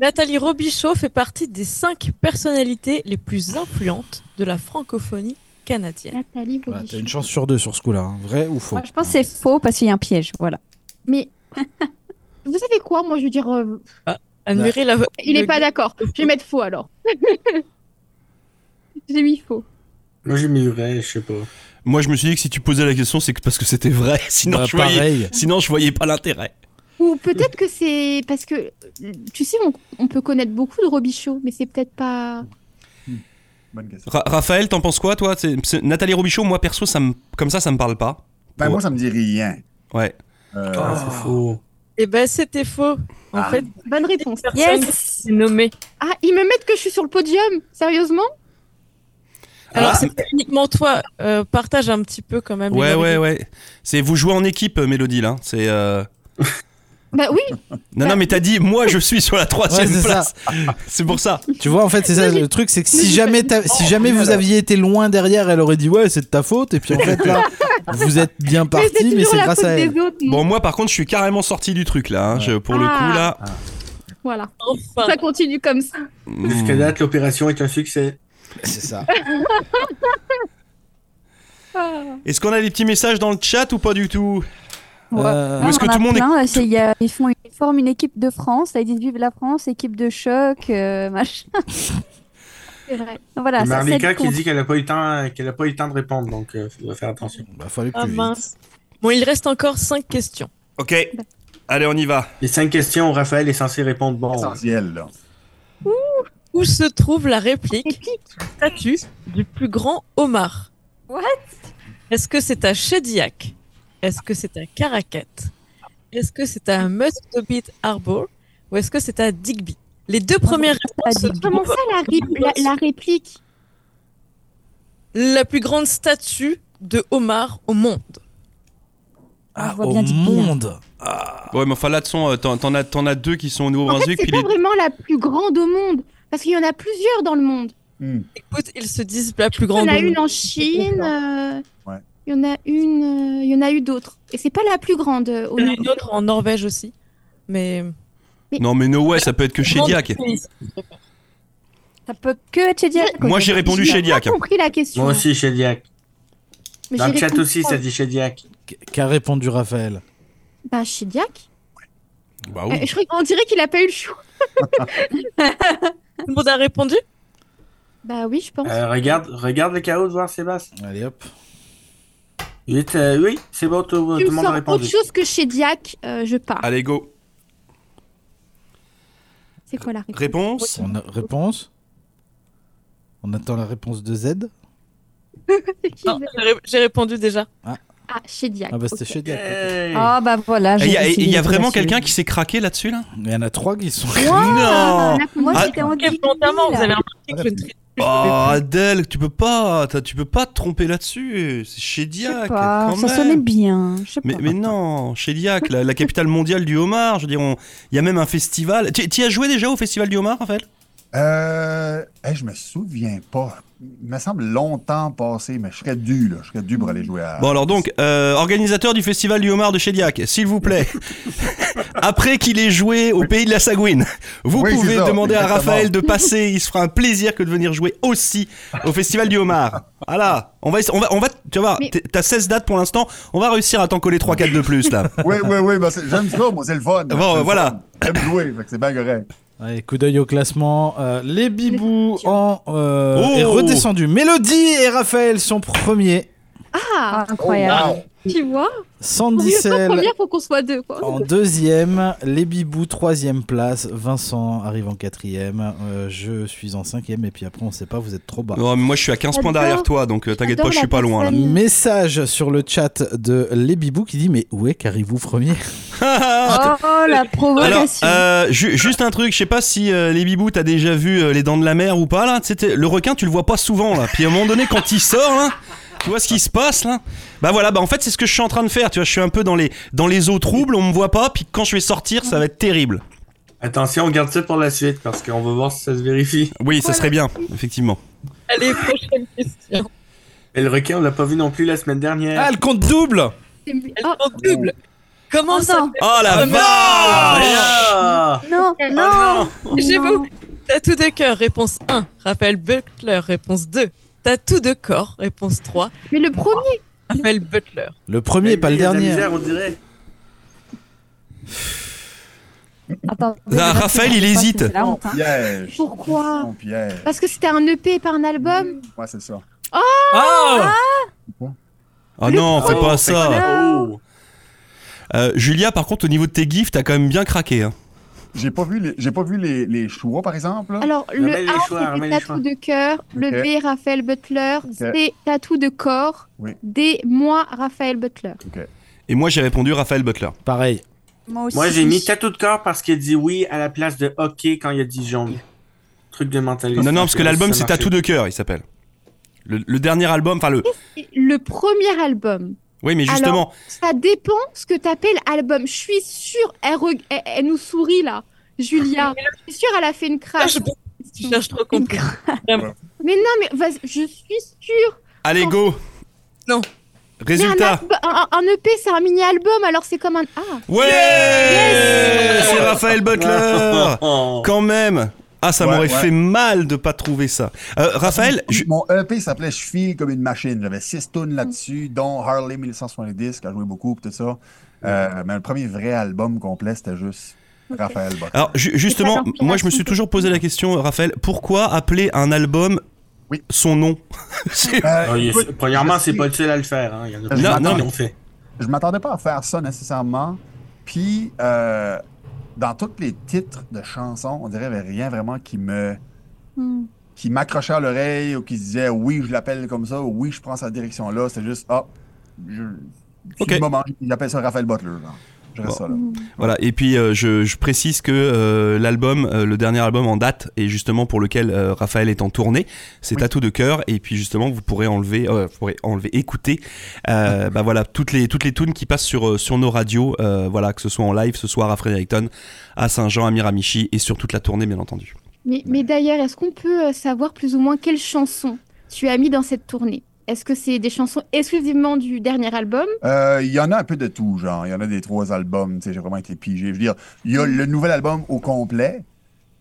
F: Nathalie Robichaud fait partie des cinq personnalités les plus influentes de la francophonie canadienne.
C: Nathalie
A: Ouais,
C: Robichaud.
A: Bah, T'as une chance sur deux sur ce coup-là, hein. vrai ou faux
G: Moi, je pense que c'est faux parce qu'il y a un piège. Voilà.
C: Mais. *laughs* Vous savez quoi Moi, je veux dire. euh,
F: Admirer la...
C: Il
F: le-
C: est pas d'accord. Je vais mettre faux alors. *laughs* J'ai mis faux.
H: Moi, j'ai mis vrai, je sais pas.
D: Moi je me suis dit que si tu posais la question, c'est que parce que c'était vrai, *laughs* sinon,
A: Bah,
D: je, voyais,
A: Pareil.
D: sinon je voyais pas l'intérêt.
C: Ou peut-être que c'est parce que euh, tu sais, on, on peut connaître beaucoup de Robichaud, mais c'est peut-être pas.
E: Bonne question.
D: Ra- Raphaël, t'en penses quoi toi C'est- c'est- Nathalie Robichaud, moi perso, ça me- comme ça, ça me parle pas.
E: Ben,
D: Ouais.
E: moi, ça me dit rien.
D: Ouais.
E: Euh,
H: Ah, c'est faux.
F: Eh ben, c'était faux. En
E: Ah.
F: fait,
C: Bonne réponse.
G: Yes
F: c'est nommé.
C: Ah, ils me mettent que je suis sur le podium Sérieusement
F: Alors,
D: Ah.
F: c'est uniquement toi. euh, partage un petit peu quand même. les
D: Ouais, ouais,
F: origines.
D: ouais. C'est vous jouez en équipe, euh, Mélodie là. C'est euh,
C: Bah oui,
D: non, non, mais t'as dit moi je suis sur la troisième
A: Ouais, c'est
D: place. *laughs* C'est pour ça.
A: Tu vois, en fait, c'est ça le truc, c'est que si jamais, t'as- si jamais vous aviez été loin derrière, elle aurait dit ouais, c'est de ta faute. Et puis en fait, là, vous êtes bien
C: mais c'est
A: parti, mais
C: toujours
A: c'est
C: la
A: grâce
C: faute
A: à elle.
C: des autres. non
D: Bon, moi par contre, je suis carrément sorti du truc là. hein. Je- pour le coup là.
C: Voilà,
F: Enfin,
C: ça continue comme ça.
D: Hmm.
H: Jusqu'à date, l'opération est un succès.
A: C'est ça.
C: Ah.
D: Est-ce qu'on a des petits messages dans le chat ou pas du tout
G: Ouais. Ah,
A: Euh,
G: Non,
D: est-ce que
G: on en
D: tout
G: a
D: le monde est-
G: plein, là, c'est- il y a- ils, font, ils forment une équipe de France. Là, ils disent vive la France, équipe de choc, euh, machin.
C: C'est vrai.
G: Voilà, ça,
H: Et
G: ça
H: Marlika qui
G: compte.
H: dit qu'elle a pas eu le temps, euh, qu'elle a pas eu le temps de répondre, donc euh, faut faire attention.
A: bah, fallait
F: ah,
A: plus vite.
F: mince. Bon, il reste encore cinq questions.
D: Ok. Allez, on y va.
H: Les cinq questions, Raphaël est censé répondre
D: Oh.
H: bon.
E: essentiel, là.
F: Où se trouve la
C: *laughs*
F: réplique
C: Épique.
F: statue du plus grand homard
G: What
F: Est-ce que c'est à Shediac Est-ce que c'est à Caracat Est-ce que c'est à Muscovite Harbor Ou est-ce que c'est à Digby Les deux premières réponses se
G: Digby.
C: Comment
F: trouvent-
C: ça, la, ré- la- la réplique
F: La plus grande statue de homard au monde.
A: Ah,
G: On voit
A: au
G: bien Digby, hein.
A: monde.
D: Ouais, mais enfin là, de son, euh, t'en t'en as, t'en as deux qui sont au
C: En fait,
D: Nouveau-Brunswick.
C: c'est
D: puis
C: pas
D: les-
C: vraiment la plus grande au monde, parce qu'il y en a plusieurs dans le monde.
E: Hmm.
F: Écoute, ils se disent la plus
C: Il y en
F: grande.
C: a
F: au monde.
C: une en Chine, euh,
E: Ouais.
C: il y en a une, euh, il y en a eu d'autres. Et c'est pas la plus grande euh, au
F: Il y en a
C: monde.
F: une autre en Norvège aussi. Mais.
D: Non, mais no way, ça peut être que chez Diac.
G: Ça peut que être chez Diac.
D: Moi, j'ai répondu chez
C: J'ai pas
D: Diac.
C: compris la question.
H: Moi aussi, Shediac.
C: Mais
H: Dans
C: j'ai
H: le chat
C: répondu
H: aussi,
C: pas.
H: ça dit Shediac.
A: Qu'a répondu Raphaël
C: Bah, chez Diac.
D: Bah
C: Euh,
D: oui.
C: je crois qu'on dirait qu'il a pas eu le choix.
F: Tout le monde a répondu
C: Bah oui, je pense.
H: Euh, regarde, regarde le chaos de voir Sébastien.
A: Allez hop.
H: Il est, euh, oui, c'est bon, tout,
C: tu me
H: tout le monde a
C: sors autre
H: répondu.
C: chose que chez Diac, euh, je pars.
D: Allez, go.
C: C'est quoi la
D: Réponse
C: réponse
A: On a réponse On attend la réponse de Z
F: Non, j'ai ré- J'ai répondu déjà.
C: Ah, chez Diac.
A: Ah bah c'était
C: ok.
A: chez Diac.
H: Hey.
G: Ah, bah voilà.
D: Et
G: j'ai
D: Il Eh, y a, et
G: décidé
D: il y a
G: de
D: vraiment
G: la suivre.
D: quelqu'un qui s'est craqué là-dessus là
A: Il y en a trois qui sont.
D: Non
G: Moi,
D: Ah.
G: j'étais en
F: Et
G: Digby,
F: volontairement, vous
G: là.
F: avez remarqué que je ne traite
D: Oh, Adèle, tu peux pas, t'as- tu peux pas te tromper là-dessus. C'est chez
G: Je sais
D: Diac.
G: pas,
D: quand
G: ça
D: même.
G: sonnait bien. Je sais
D: Mais,
G: pas.
D: mais non, Chéliac, la, la capitale mondiale du homard, je veux dire, on- il y a même un festival. Tu tu y as joué déjà au festival du homard, Raphaël
E: Euh, hey, je me souviens pas. Il me semble longtemps passé, mais je serais dû, là. Je serais dû pour aller jouer à.
D: Bon alors donc, euh, organisateur du festival du homard de Chéliac, s'il vous
E: *laughs*
D: plaît, après qu'il ait joué au pays de la Sagouine, vous
E: Oui, c'est
D: pouvez
E: ça,
D: demander à
E: exactement.
D: Raphaël de passer, il se fera un plaisir que de venir jouer aussi au festival du homard. Voilà, on va, essa- on va, on va tu vas voir,
C: Mais-
D: t'es- t'as 16 dates pour l'instant, on va réussir à t'en coller 3-4 de plus là.
G: *laughs*
E: Oui, oui, oui. ben, bah, c'est- J'aime ça, moi, c'est le fun.
D: Bon,
E: C'est le
D: voilà.
E: fun. J'aime jouer, fait que c'est bien correct.
A: Allez, coup d'œil au classement. Euh, les Bibous en, euh,
D: Oh
A: est redescendu. Mélodie et Raphaël sont premiers.
C: Ah,
E: Oh,
G: Incroyable.
C: tu vois Pour mieux pas
A: Sandicel
C: première, faut qu'on soit deux, quoi.
A: en deuxième. Les Bibous, troisième place. Vincent arrive en quatrième. Euh, je suis en cinquième. Et puis après, on sait pas, vous êtes trop bas.
D: Oh, mais moi, je suis à 15 points
G: J'adore.
D: derrière toi, donc euh, t'inquiète pas,
G: J'adore
D: je suis
G: la
D: pas loin là.
G: personne.
A: Message sur le chat de Les Bibous qui dit Mais où est Caribou premier
G: Oh, la
D: Alors,
G: provocation.
D: euh, ju- juste un truc, je sais pas si euh, les bibous, t'as déjà vu euh, les dents de la mer ou pas là. Tu sais, t'es- le requin, tu le vois pas souvent là. Puis à un moment donné, quand il sort là, tu vois ce qui se passe là. Bah voilà, bah en fait, c'est ce que je suis en train de faire. Tu vois, je suis un peu dans les dans les eaux troubles, on me voit pas. Puis quand je vais sortir, ça va être terrible.
H: Attention, on garde ça pour la suite parce qu'on va voir si ça se vérifie.
D: Oui, ça serait bien, effectivement.
F: Allez, prochaine question.
H: Et le requin, on l'a pas vu non plus la semaine dernière.
A: Ah, le compte double
C: C'est-
F: Elle
C: Oh,
F: prend double. Comment
G: Oh,
F: ça
G: non.
D: Oh la
A: Ah
F: Oh,
D: vache
H: Ah
G: Non, non,
F: J'ai
G: Non.
F: pas oublié. Tatou de cœur, réponse 1. Raphaël Butler, réponse 2. Tatou de corps, réponse 3.
C: Mais le premier,
F: Raphaël Butler.
A: Le premier, pas le
H: Il y a de la
A: dernier.
H: misère, on dirait.
G: Attends,
D: Ah, Raphaël, il hésite.
G: C'est la honte, hein.
E: Piège.
C: Pourquoi
E: Ton piège.
C: parce que c'était un EP et pas un album.
E: Ouais, c'est ça.
D: Oh non, fais pas ça.
H: Oh
D: Euh, Julia, par contre, au niveau de tes gifs, t'as quand même bien craqué. hein.
E: J'ai pas vu les, j'ai pas vu les, les choix, par exemple. là.
C: Alors, le
H: Remets Ah. les
C: A,
H: choix, remets
C: c'était
H: les
C: tatou de cœur.
E: Ok.
C: Le B, Raphaël Butler. C, tatou de corps.
E: Oui.
C: D, moi, Raphaël Butler.
D: Et moi, j'ai répondu Raphaël Butler.
A: Pareil.
H: Ah,
G: Moi aussi.
H: Moi, j'ai mis tatou de corps parce qu'il dit oui à la place de hockey quand il a dit jongle. Truc de mentalité.
D: Non, non, parce que l'album, c'est Tatou
H: tout
D: de cœur, il s'appelle. Le, le dernier album, enfin le.
C: Et Le premier album.
D: Oui, mais
C: Alors-
D: justement,
C: Ça dépend ce que t'appelles album. Je suis sûre, elle, reg- elle- elle nous sourit là, Julia. Je suis sûre, elle a fait une crash.
F: Ah, Je cherche trop
G: Ah. Une
F: compris.
C: Mais non, mais vas- je suis sûre.
D: Allez,
C: Non.
D: go
F: Non.
C: Mais un,
D: Résultat
C: alb- un- un EP, c'est un mini-album, alors c'est comme un. Ah,
D: Ouais C'est Raphaël
H: *laughs*
D: Butler Quand même Ah, ça
E: Ouais,
D: m'aurait
E: ouais.
D: fait mal de pas trouver ça. Euh, Raphaël, je-
E: Mon EP s'appelait Je file comme une machine. J'avais six tunes là-dessus, dont Harley 1970, qui a joué beaucoup, pis tout ça. Euh, mais le premier vrai album complet, c'était juste Raphaël Bach.
D: alors ju-
C: C'est
D: justement,
C: pas l'inspiration
D: moi je me suis toujours posé la question, Raphaël, pourquoi appeler un album
E: Oui.
D: son
E: *laughs*
D: nom C'est-
E: Euh, écoute,
H: Ah, premièrement,
E: je-
H: c'est pas le seul à le faire. hein. Il y en a
E: Non,
H: plein
D: non,
H: qui
D: mais-
H: l'ont fait.
E: Je m'attendais pas à faire ça nécessairement. Puis, euh, dans tous les titres de chansons, on dirait qu'il y avait rien vraiment qui me
G: Hmm.
E: qui m'accrochait à l'oreille ou qui se disait oui, je l'appelle comme ça, ou oui, je prends cette direction-là. C'était juste, ah, je. c'est
D: Ok.
E: le moment, j'appelle ça Raphaël Butler. genre. Je reste
D: Bon.
E: ça là.
D: Voilà, et puis euh, je, je précise que euh, l'album, euh, le dernier album en date, et justement pour lequel euh, Raphaël est en tournée, c'est
E: Oui.
D: Tatou de cœur, et puis justement vous pourrez enlever, euh, vous pourrez enlever, écouter, euh, bah voilà toutes les toutes les tunes qui passent sur euh, sur nos radios, euh, voilà que ce soit en live ce soir à Fredericton, à Saint-Jean, à Miramichi, et sur toute la tournée bien entendu.
C: Mais, mais d'ailleurs, est-ce qu'on peut euh, savoir plus ou moins quelles chansons tu as mis dans cette tournée Est-ce que c'est des chansons exclusivement du dernier album
E: Euh, Il y en a un peu de tout, genre. Il y en a des trois albums, tu sais, j'ai vraiment été pigé. Je veux dire, il y a le nouvel album au complet.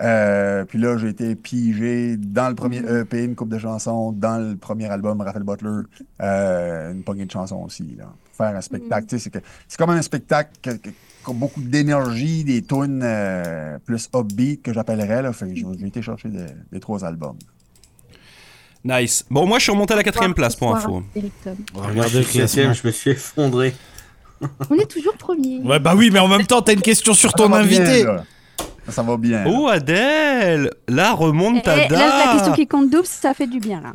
E: Euh, puis là, j'ai été pigé dans le premier EP, une coupe de chansons, dans le premier album, Raphaël Butler, euh, une poignée de chansons aussi, là. Pour Faire un spectacle, tu sais, c'est que- c'est comme un spectacle que- que- qui a beaucoup d'énergie, des tunes euh, plus upbeat que j'appellerais, là. Fait que j'ai j'ai été chercher des, des trois albums.
D: Nice. Bon moi je suis remonté à la quatrième place pour
C: Bonsoir,
D: info.
C: Eric-Tom.
H: Moi, je
A: Regardez
H: suis
A: le classement.
H: septième, je me suis effondré.
C: *laughs* On est toujours premier.
A: Ouais, bah oui, mais en même temps, t'as une question sur
E: Ça
A: ton
E: va
H: Ah,
A: invité.
E: bien, là. Ça, ça va bien.
D: Oh Adèle, là remonte ta
G: Eh, là, la question qui compte double, ça fait du bien, là.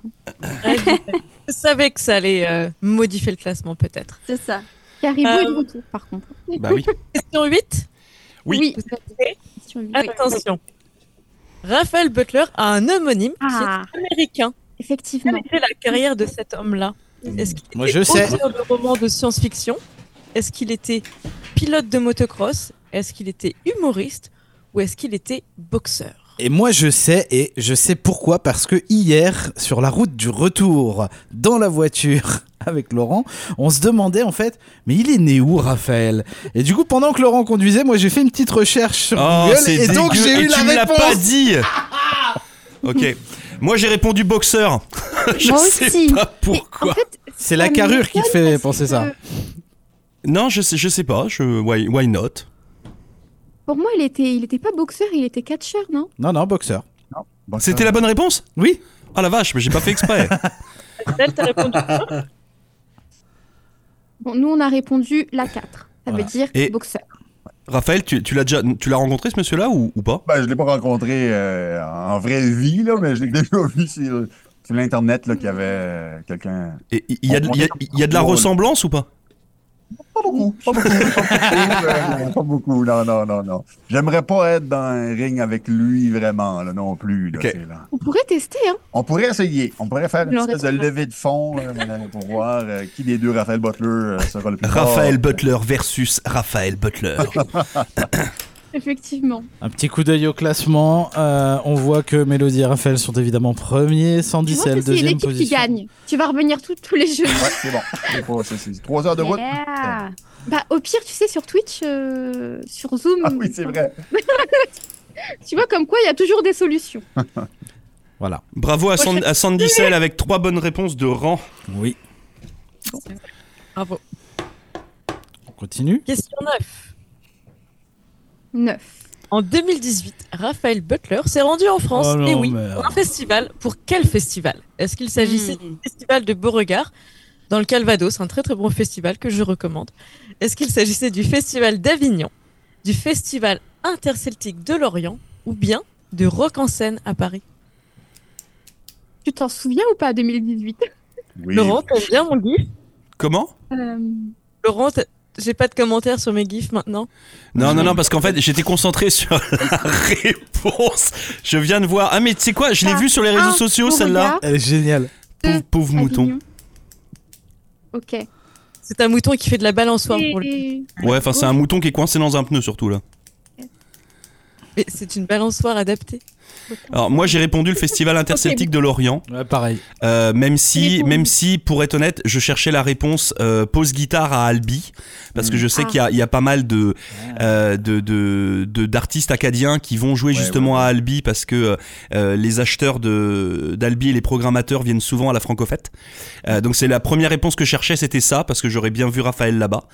F: Je savais que ça allait euh, modifier le classement peut-être.
G: C'est ça.
C: Caribou
F: Euh,
C: est de retour, par contre.
D: Bah oui.
F: Question 8.
D: Oui.
C: oui.
F: avez-
C: Sur-
F: Ah,
C: oui.
F: Attention. Raphaël Butler a un homonyme
C: Ah,
F: qui est américain. Quelle
C: effectivement.
F: était la carrière de cet homme-là Est-ce qu'il
A: Moi,
F: était
A: je sais.
F: auteur de romans de science-fiction Est-ce qu'il était pilote de motocross Est-ce qu'il était humoriste Ou est-ce qu'il était boxeur
A: Et moi, je sais, et je sais pourquoi, parce que hier, sur la route du retour, dans la voiture *laughs* avec Laurent, on se demandait en fait, mais il est né où, Raphaël Et du coup, pendant que Laurent conduisait, moi, j'ai fait une petite recherche *laughs* sur
D: Oh,
A: Google,
D: c'est
A: et donc
D: dégueu.
A: j'ai
D: Et
A: eu la
D: tu me l'as pas
A: réponse. *laughs*
D: dit. ok. Moi, j'ai répondu boxeur. *laughs* je
C: Moi
D: sais
C: aussi.
D: pas
C: Mais
D: pourquoi.
C: en fait,
A: C'est la
C: ça
A: carrure qui te fait
C: m'étonne
A: penser
C: parce
A: ça.
C: que-
D: Non, je sais, je sais pas. Je why, why not
C: Pour moi, il était, il était pas boxeur, il était catcheur, non
A: Non, non, boxeur.
E: Bon,
D: C'était
E: ça-
D: la bonne réponse
A: Oui.
D: Ah la vache, mais j'ai pas fait
A: *laughs*
D: exprès.
F: Axel, t'as répondu.
C: Bon, nous, on a répondu la 4. Ça
D: Voilà.
C: veut dire
D: Et-
C: boxeur.
D: Raphaël, tu, tu l'as déjà tu l'as rencontré ce monsieur-là ou, ou pas
E: Ben, je ne l'ai pas rencontré euh, en vraie vie, là, mais je l'ai *laughs* déjà vu sur, sur l'Internet là, qu'il y avait euh, quelqu'un.
D: Et il y, a de- il y a- il y a de la ressemblance ou pas
E: Pas beaucoup, pas beaucoup, pas beaucoup, euh, pas beaucoup, non, non, non, non. J'aimerais pas être dans un ring avec lui vraiment, là, non plus. là,
D: Ok.
E: c'est là.
C: On pourrait tester, hein
E: On pourrait essayer, on pourrait faire une
C: Je l'aurais
E: espèce de
C: pas.
E: levée de fond là, pour voir euh, qui des deux, Raphaël Butler, euh, sera le plus fort.
D: Raphaël Butler versus Raphaël Butler.
C: Effectivement.
A: Un petit coup d'œil au classement. Euh, on voit que Mélodie et Raphaël sont évidemment premiers.
C: Tu
A: Sandy,
C: vois
A: c'est
C: que
A: elle,
C: c'est une
A: deuxième
C: équipe qui
A: position.
C: gagne. Tu vas revenir tout- tous les jeux.
E: Ouais, c'est bon. C'est pas- c'est- c'est trois heures de route.
G: Yeah.
C: Bah, au pire, tu sais, sur Twitch, euh, sur Zoom,
E: Ah oui, c'est vrai.
C: tu vois comme quoi il y a toujours des solutions.
A: Voilà.
D: Bravo à, San- à Sandy Sell avec trois bonnes réponses de rang.
A: Oui.
F: Bravo.
A: On continue.
F: Question 9.
C: 9.
F: En 2018, Raphaël Butler s'est rendu en France,
A: Oh non,
F: et oui,
A: merde.
F: pour un festival. Pour quel festival Est-ce qu'il
G: Hmm.
F: s'agissait du festival de Beauregard dans le Calvados, un très très bon festival que je recommande Est-ce qu'il s'agissait du festival d'Avignon, du festival interceltique de Lorient ou bien de Rock en scène à Paris
C: Tu t'en souviens ou pas 2018
E: Oui.
F: Laurent, t'aimes bien mon gif
D: Comment
C: Euh,
F: Laurent, t'as- j'ai pas de commentaires sur mes gifs maintenant.
D: Non, non, non, parce qu'en fait, j'étais concentré *laughs* sur la réponse. Je viens de voir. Ah, mais tu sais quoi Je l'ai vu sur les réseaux
C: un,
D: sociaux,
C: Beauregard,
D: celle-là.
A: Elle est géniale.
D: Pauvre, pauvre mouton.
C: Avignon. Ok.
F: C'est un mouton qui fait de la balançoire pour le.
C: Et-
D: Ouais, enfin, c'est un mouton qui est coincé dans un pneu, surtout, là.
F: Mais c'est une balançoire adaptée.
D: Alors, moi, j'ai répondu le Festival Interceltique de Lorient.
A: Ouais, pareil.
D: Euh, même si,
C: Répondu.
D: même si, pour être honnête, je cherchais la réponse euh, pause guitare à Albi, parce que je sais
C: Ah.
D: qu'il y a- il y, a pas mal de euh, de- de- de- d'artistes acadiens qui vont jouer
E: Ah. Ouais,
D: justement
E: ouais, ouais.
D: à Albi, parce que euh, les acheteurs de d'Albi et les programmateurs viennent souvent à la Francofête. Euh, donc c'est la première réponse que je cherchais, c'était ça, parce que j'aurais bien vu Raphaël là-bas.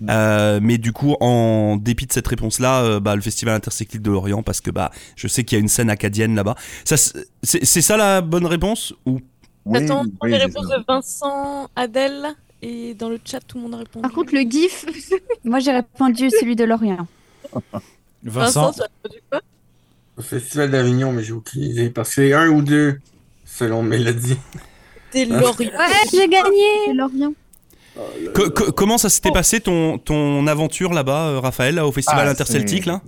E: Mm.
D: Euh, mais du coup, en dépit de cette réponse-là, euh, bah, le Festival Intercyclique de Lorient, parce que bah, je sais qu'il y a une scène acadienne là-bas. Ça, c'est- C'est c'est ça la bonne réponse ou
E: Oui,
F: Attends,
E: oui,
F: on a les
E: c'est
F: réponses
E: ça.
F: de Vincent, Adèle et dans le chat tout le monde a
D: Ah.
F: répondu.
C: Par contre, le GIF,
G: Moi, j'ai répondu celui de Lorient.
A: Vincent,
F: tu as répondu quoi
H: Au Festival d'Avignon, mais j'ai aucune idée. Parce que c'est un ou deux, selon Mélodie.
F: Des
E: Hein
F: Lorient.
G: *laughs* Ouais, j'ai gagné
C: c'est Lorient.
D: Co- co- comment ça s'était passé ton, ton aventure là-bas, euh, Raphaël, là, au festival
E: Oh. Ah,
D: interceltique
E: c'est-
D: là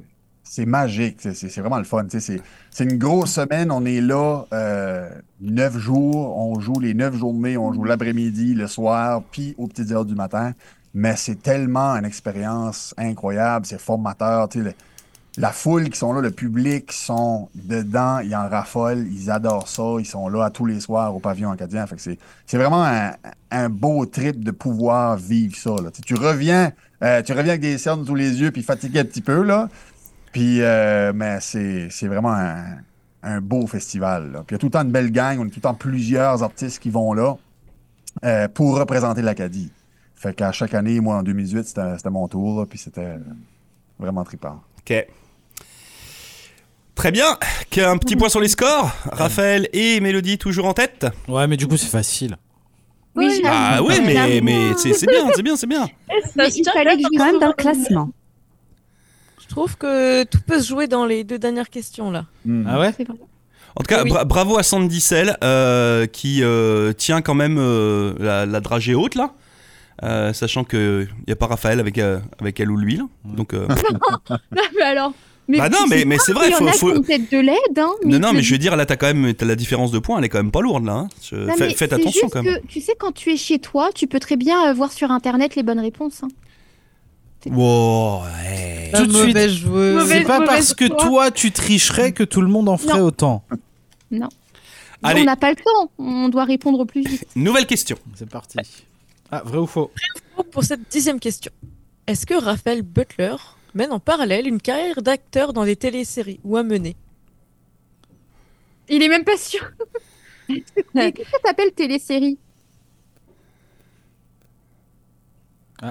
E: C'est magique, c'est- c'est c'est vraiment le fun. tu sais, C'est c'est une grosse semaine, on est là euh, neuf jours, on joue les neuf journées, on joue l'après-midi, le soir, puis aux petites heures du matin. Mais c'est tellement une expérience incroyable, c'est formateur. tu sais, le- la foule qui sont là, le public sont dedans, ils en raffolent, ils adorent ça, ils sont là à tous les soirs au pavillon acadien. Fait que c'est c'est vraiment un, un beau trip de pouvoir vivre ça. là. Tu sais, tu reviens, euh, tu reviens avec des cernes sous les yeux puis fatigué un petit peu là. Puis, euh, mais c'est c'est vraiment un, un beau festival. là. Puis il y a tout le temps une belle gang, on a tout le temps plusieurs artistes qui vont là euh, pour représenter l'Acadie. Fait qu'à chaque année, moi en 2018, c'était c'était mon tour, là, puis c'était euh, vraiment trippant.
D: Ok. Très bien. Un petit point sur les scores. Raphaël et Mélodie toujours en tête.
A: ouais, mais du coup, c'est facile.
C: Oui,
G: Oui,
C: j'ai-
D: Ah oui, mais, mais c'est c'est bien, c'est bien, c'est bien.
C: mais il fallait que je
G: quand même dans le classement.
F: Je trouve que tout peut se jouer dans les deux dernières questions là.
E: Hmm.
A: Ah ouais
C: C'est vrai.
D: En tout cas,
F: Oui.
D: bra- bravo à Sandy Sell euh, qui euh, tient quand même euh, la, la dragée haute là. Euh, sachant qu'il n'y a pas Raphaël avec, euh, avec elle ou lui là. Donc,
C: *laughs*
D: euh,
C: Non, mais alors. Mais
D: bah non,
C: tu
D: mais,
C: sais
D: mais c'est
C: pas,
D: vrai,
C: il y en
D: faut,
C: a
D: faut-
C: qui ont peut-être de l'aide, hein.
D: Non, non,
C: que-
D: mais je veux dire, là, t'as quand même t'as la différence de points, elle est quand même pas lourde, là. hein. Je-
C: Non,
D: fais-
C: mais
D: faites
C: c'est
D: attention
C: juste
D: quand même.
C: que, tu sais, quand tu es chez toi, tu peux très bien euh, voir sur internet les bonnes réponses. hein.
D: Wow, ouais.
A: Tout de suite.
F: Mauvais joueur.
A: C'est
C: Mauvaise-
A: pas
C: mauvaise
A: parce que
C: foi.
A: toi tu tricherais que tout le monde en ferait autant.
D: Allez,
C: On n'a pas le temps, on doit répondre au plus vite.
D: nouvelle question.
A: C'est parti. Ah, vrai ou faux
F: Pour cette dixième question, est-ce que Raphaël Butler mène en parallèle une carrière d'acteur dans des téléséries ou a mené
C: Il est même pas *laughs* sûr. Mais Qu'est-ce que t'appelles télésérie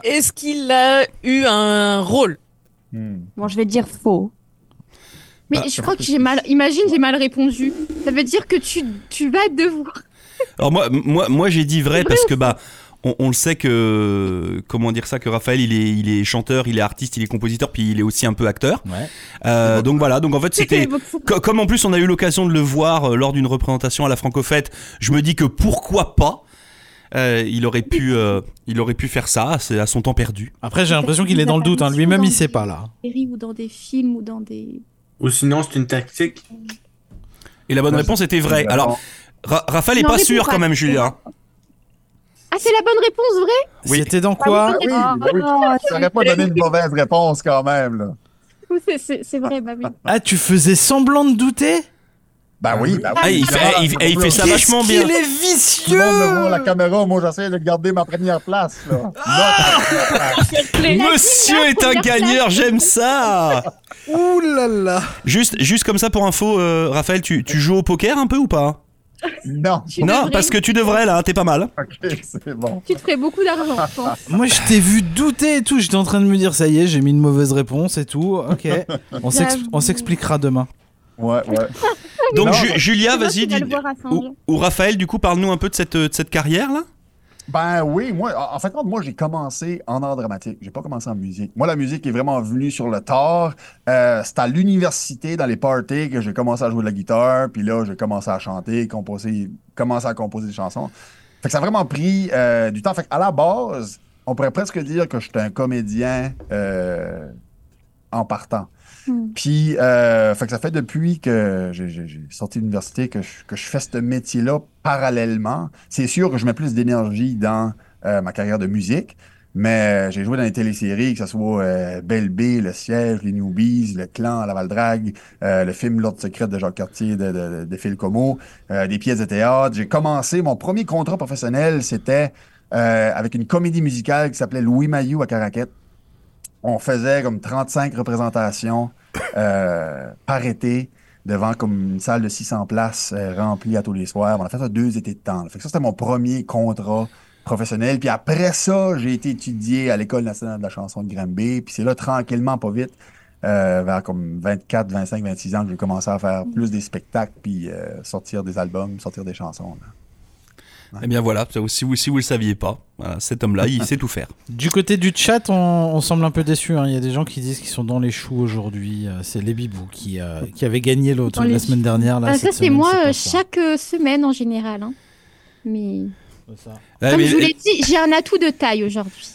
F: Est-ce qu'il a eu un rôle
E: Hmm.
G: Bon, je vais dire faux.
C: Mais je crois que j'ai mal. Imagine, j'ai mal répondu. Ça veut dire que tu, tu vas devoir.
D: Alors moi, moi, moi j'ai dit vrai parce que bah, on, on le sait que comment dire ça que Raphaël il est, il est chanteur, il est artiste, il est compositeur, puis il est aussi un peu acteur.
A: Ouais.
D: Euh, donc voilà, donc en fait
C: *laughs*
D: c'était co- comme en plus on a eu l'occasion de le voir euh, lors d'une représentation à la Francofête, je me dis que pourquoi pas. euh, il aurait pu, euh, il aurait pu faire ça, c'est à son temps perdu.
A: Après, j'ai l'impression qu'il est dans le doute. hein. Lui-même, il sait pas là.
C: Des séries ou dans des films ou dans des.
H: Ou sinon, c'est une tactique.
D: Et la bonne
E: Ouais,
D: réponse était vraie.
E: Vraiment.
D: Alors, Ra- Raphaël est
C: Non,
D: pas
C: réponds
D: sûr
C: pas.
D: quand même, Julien.
C: Ah, c'est la bonne réponse, vrai
D: Oui.
A: C'était dans quoi
E: Ah oui, bah oui.
G: Oh,
E: Ça aurait pas donné une mauvaise réponse quand même. Là.
C: Ou c'est- C'est c'est vrai, bah oui.
A: Ah, tu faisais semblant de douter
E: Ben oui, ben oui.
D: Ah, il fait-
E: Ah,
D: il- il fait ça
E: Tout
D: vachement
A: Qu'est-ce
D: bien.
A: qu'il est
E: le
A: vicieux
E: monde me voit à la caméra, moi j'essaie de garder ma première place. Là. Notre première place.
D: Monsieur est un
C: première
D: gagneur, j'aime ça.
A: Ouh là là
D: Juste, juste comme ça pour info, euh, Raphaël, tu, tu joues au poker un peu ou pas
E: Non, *laughs*
D: *laughs*
C: Tu
D: Non,
C: devrais-
D: parce que tu devrais là, hein, t'es pas
C: *laughs*
D: mal.
E: ok, c'est bon.
C: Tu te ferais beaucoup d'argent, je pense.
A: Moi, je t'ai vu douter et tout. J'étais en train de me dire, ça y est, j'ai mis une mauvaise réponse et tout. Ok. On s'ex-
G: J'avoue.
A: on s'expliquera demain.
E: Ouais, ouais.
D: Donc
E: Non,
D: Ju- Julia,
C: Tu vois,
D: Ah, vas-y,
C: tu vas
D: dis-
C: le voir à Saint-Jean. Ah,
D: ou, ou Raphaël, du coup, parle-nous un peu de cette, euh, de cette carrière là.
E: Ben oui, moi, en- en fait, moi, j'ai commencé en art dramatique. J'ai pas commencé en musique. Moi, la musique est vraiment venue sur le tard. Euh, c'est à l'université, dans les parties, que j'ai commencé à jouer de la guitare. Puis là, j'ai commencé à chanter, composer, commencé à composer des chansons. Fait que ça a vraiment pris euh, du temps. Fait à la base, on pourrait presque dire que j'étais un comédien euh, en partant.
G: Hmm.
E: Puis, euh, fait que ça fait depuis que j'ai- j'ai j'ai sorti de l'université que je, que je fais ce métier-là parallèlement. C'est sûr que je mets plus d'énergie dans euh, ma carrière de musique, mais euh, j'ai joué dans les téléséries, que ce soit euh, Belle B, Le Siège, Les Newbies, Le Clan, La Valdrague, euh, le film L'Ordre secrète de Jacques Cartier de, de, de Phil Como, euh, des pièces de théâtre. J'ai commencé, mon premier contrat professionnel, c'était euh, avec une comédie musicale qui s'appelait Louis Maillot à Caraquette. On faisait comme 35 représentations euh, par été devant comme une salle de 600 places euh, remplie à tous les soirs. On a fait ça deux étés de temps. là. Fait que ça, c'était mon premier contrat professionnel. Puis après ça, j'ai été étudié à l'École nationale de la chanson de Granby. Puis c'est là, tranquillement, pas vite, euh, vers comme 24, 25, 26 ans, que j'ai commencé à faire plus des spectacles, puis euh, sortir des albums, sortir des chansons. là.
D: Eh bien voilà, ça aussi, si vous le saviez pas, voilà, cet homme-là, il sait tout faire.
A: Du côté du chat, on, on semble un peu déçus. hein. Il y a des gens qui disent qu'ils sont dans les choux aujourd'hui. Euh, C'est les bibous qui, euh, qui avaient gagné l'autre
C: Dans les
A: la semaine dernière. Là,
C: Ah,
A: Bah, cette
C: ça, c'est
A: semaine,
C: moi
A: pas
C: euh,
A: ça.
C: chaque euh, semaine en général. hein. Mais
D: Ah,
C: comme
D: mais-
C: je vous l'ai dit, j'ai un atout de taille aujourd'hui.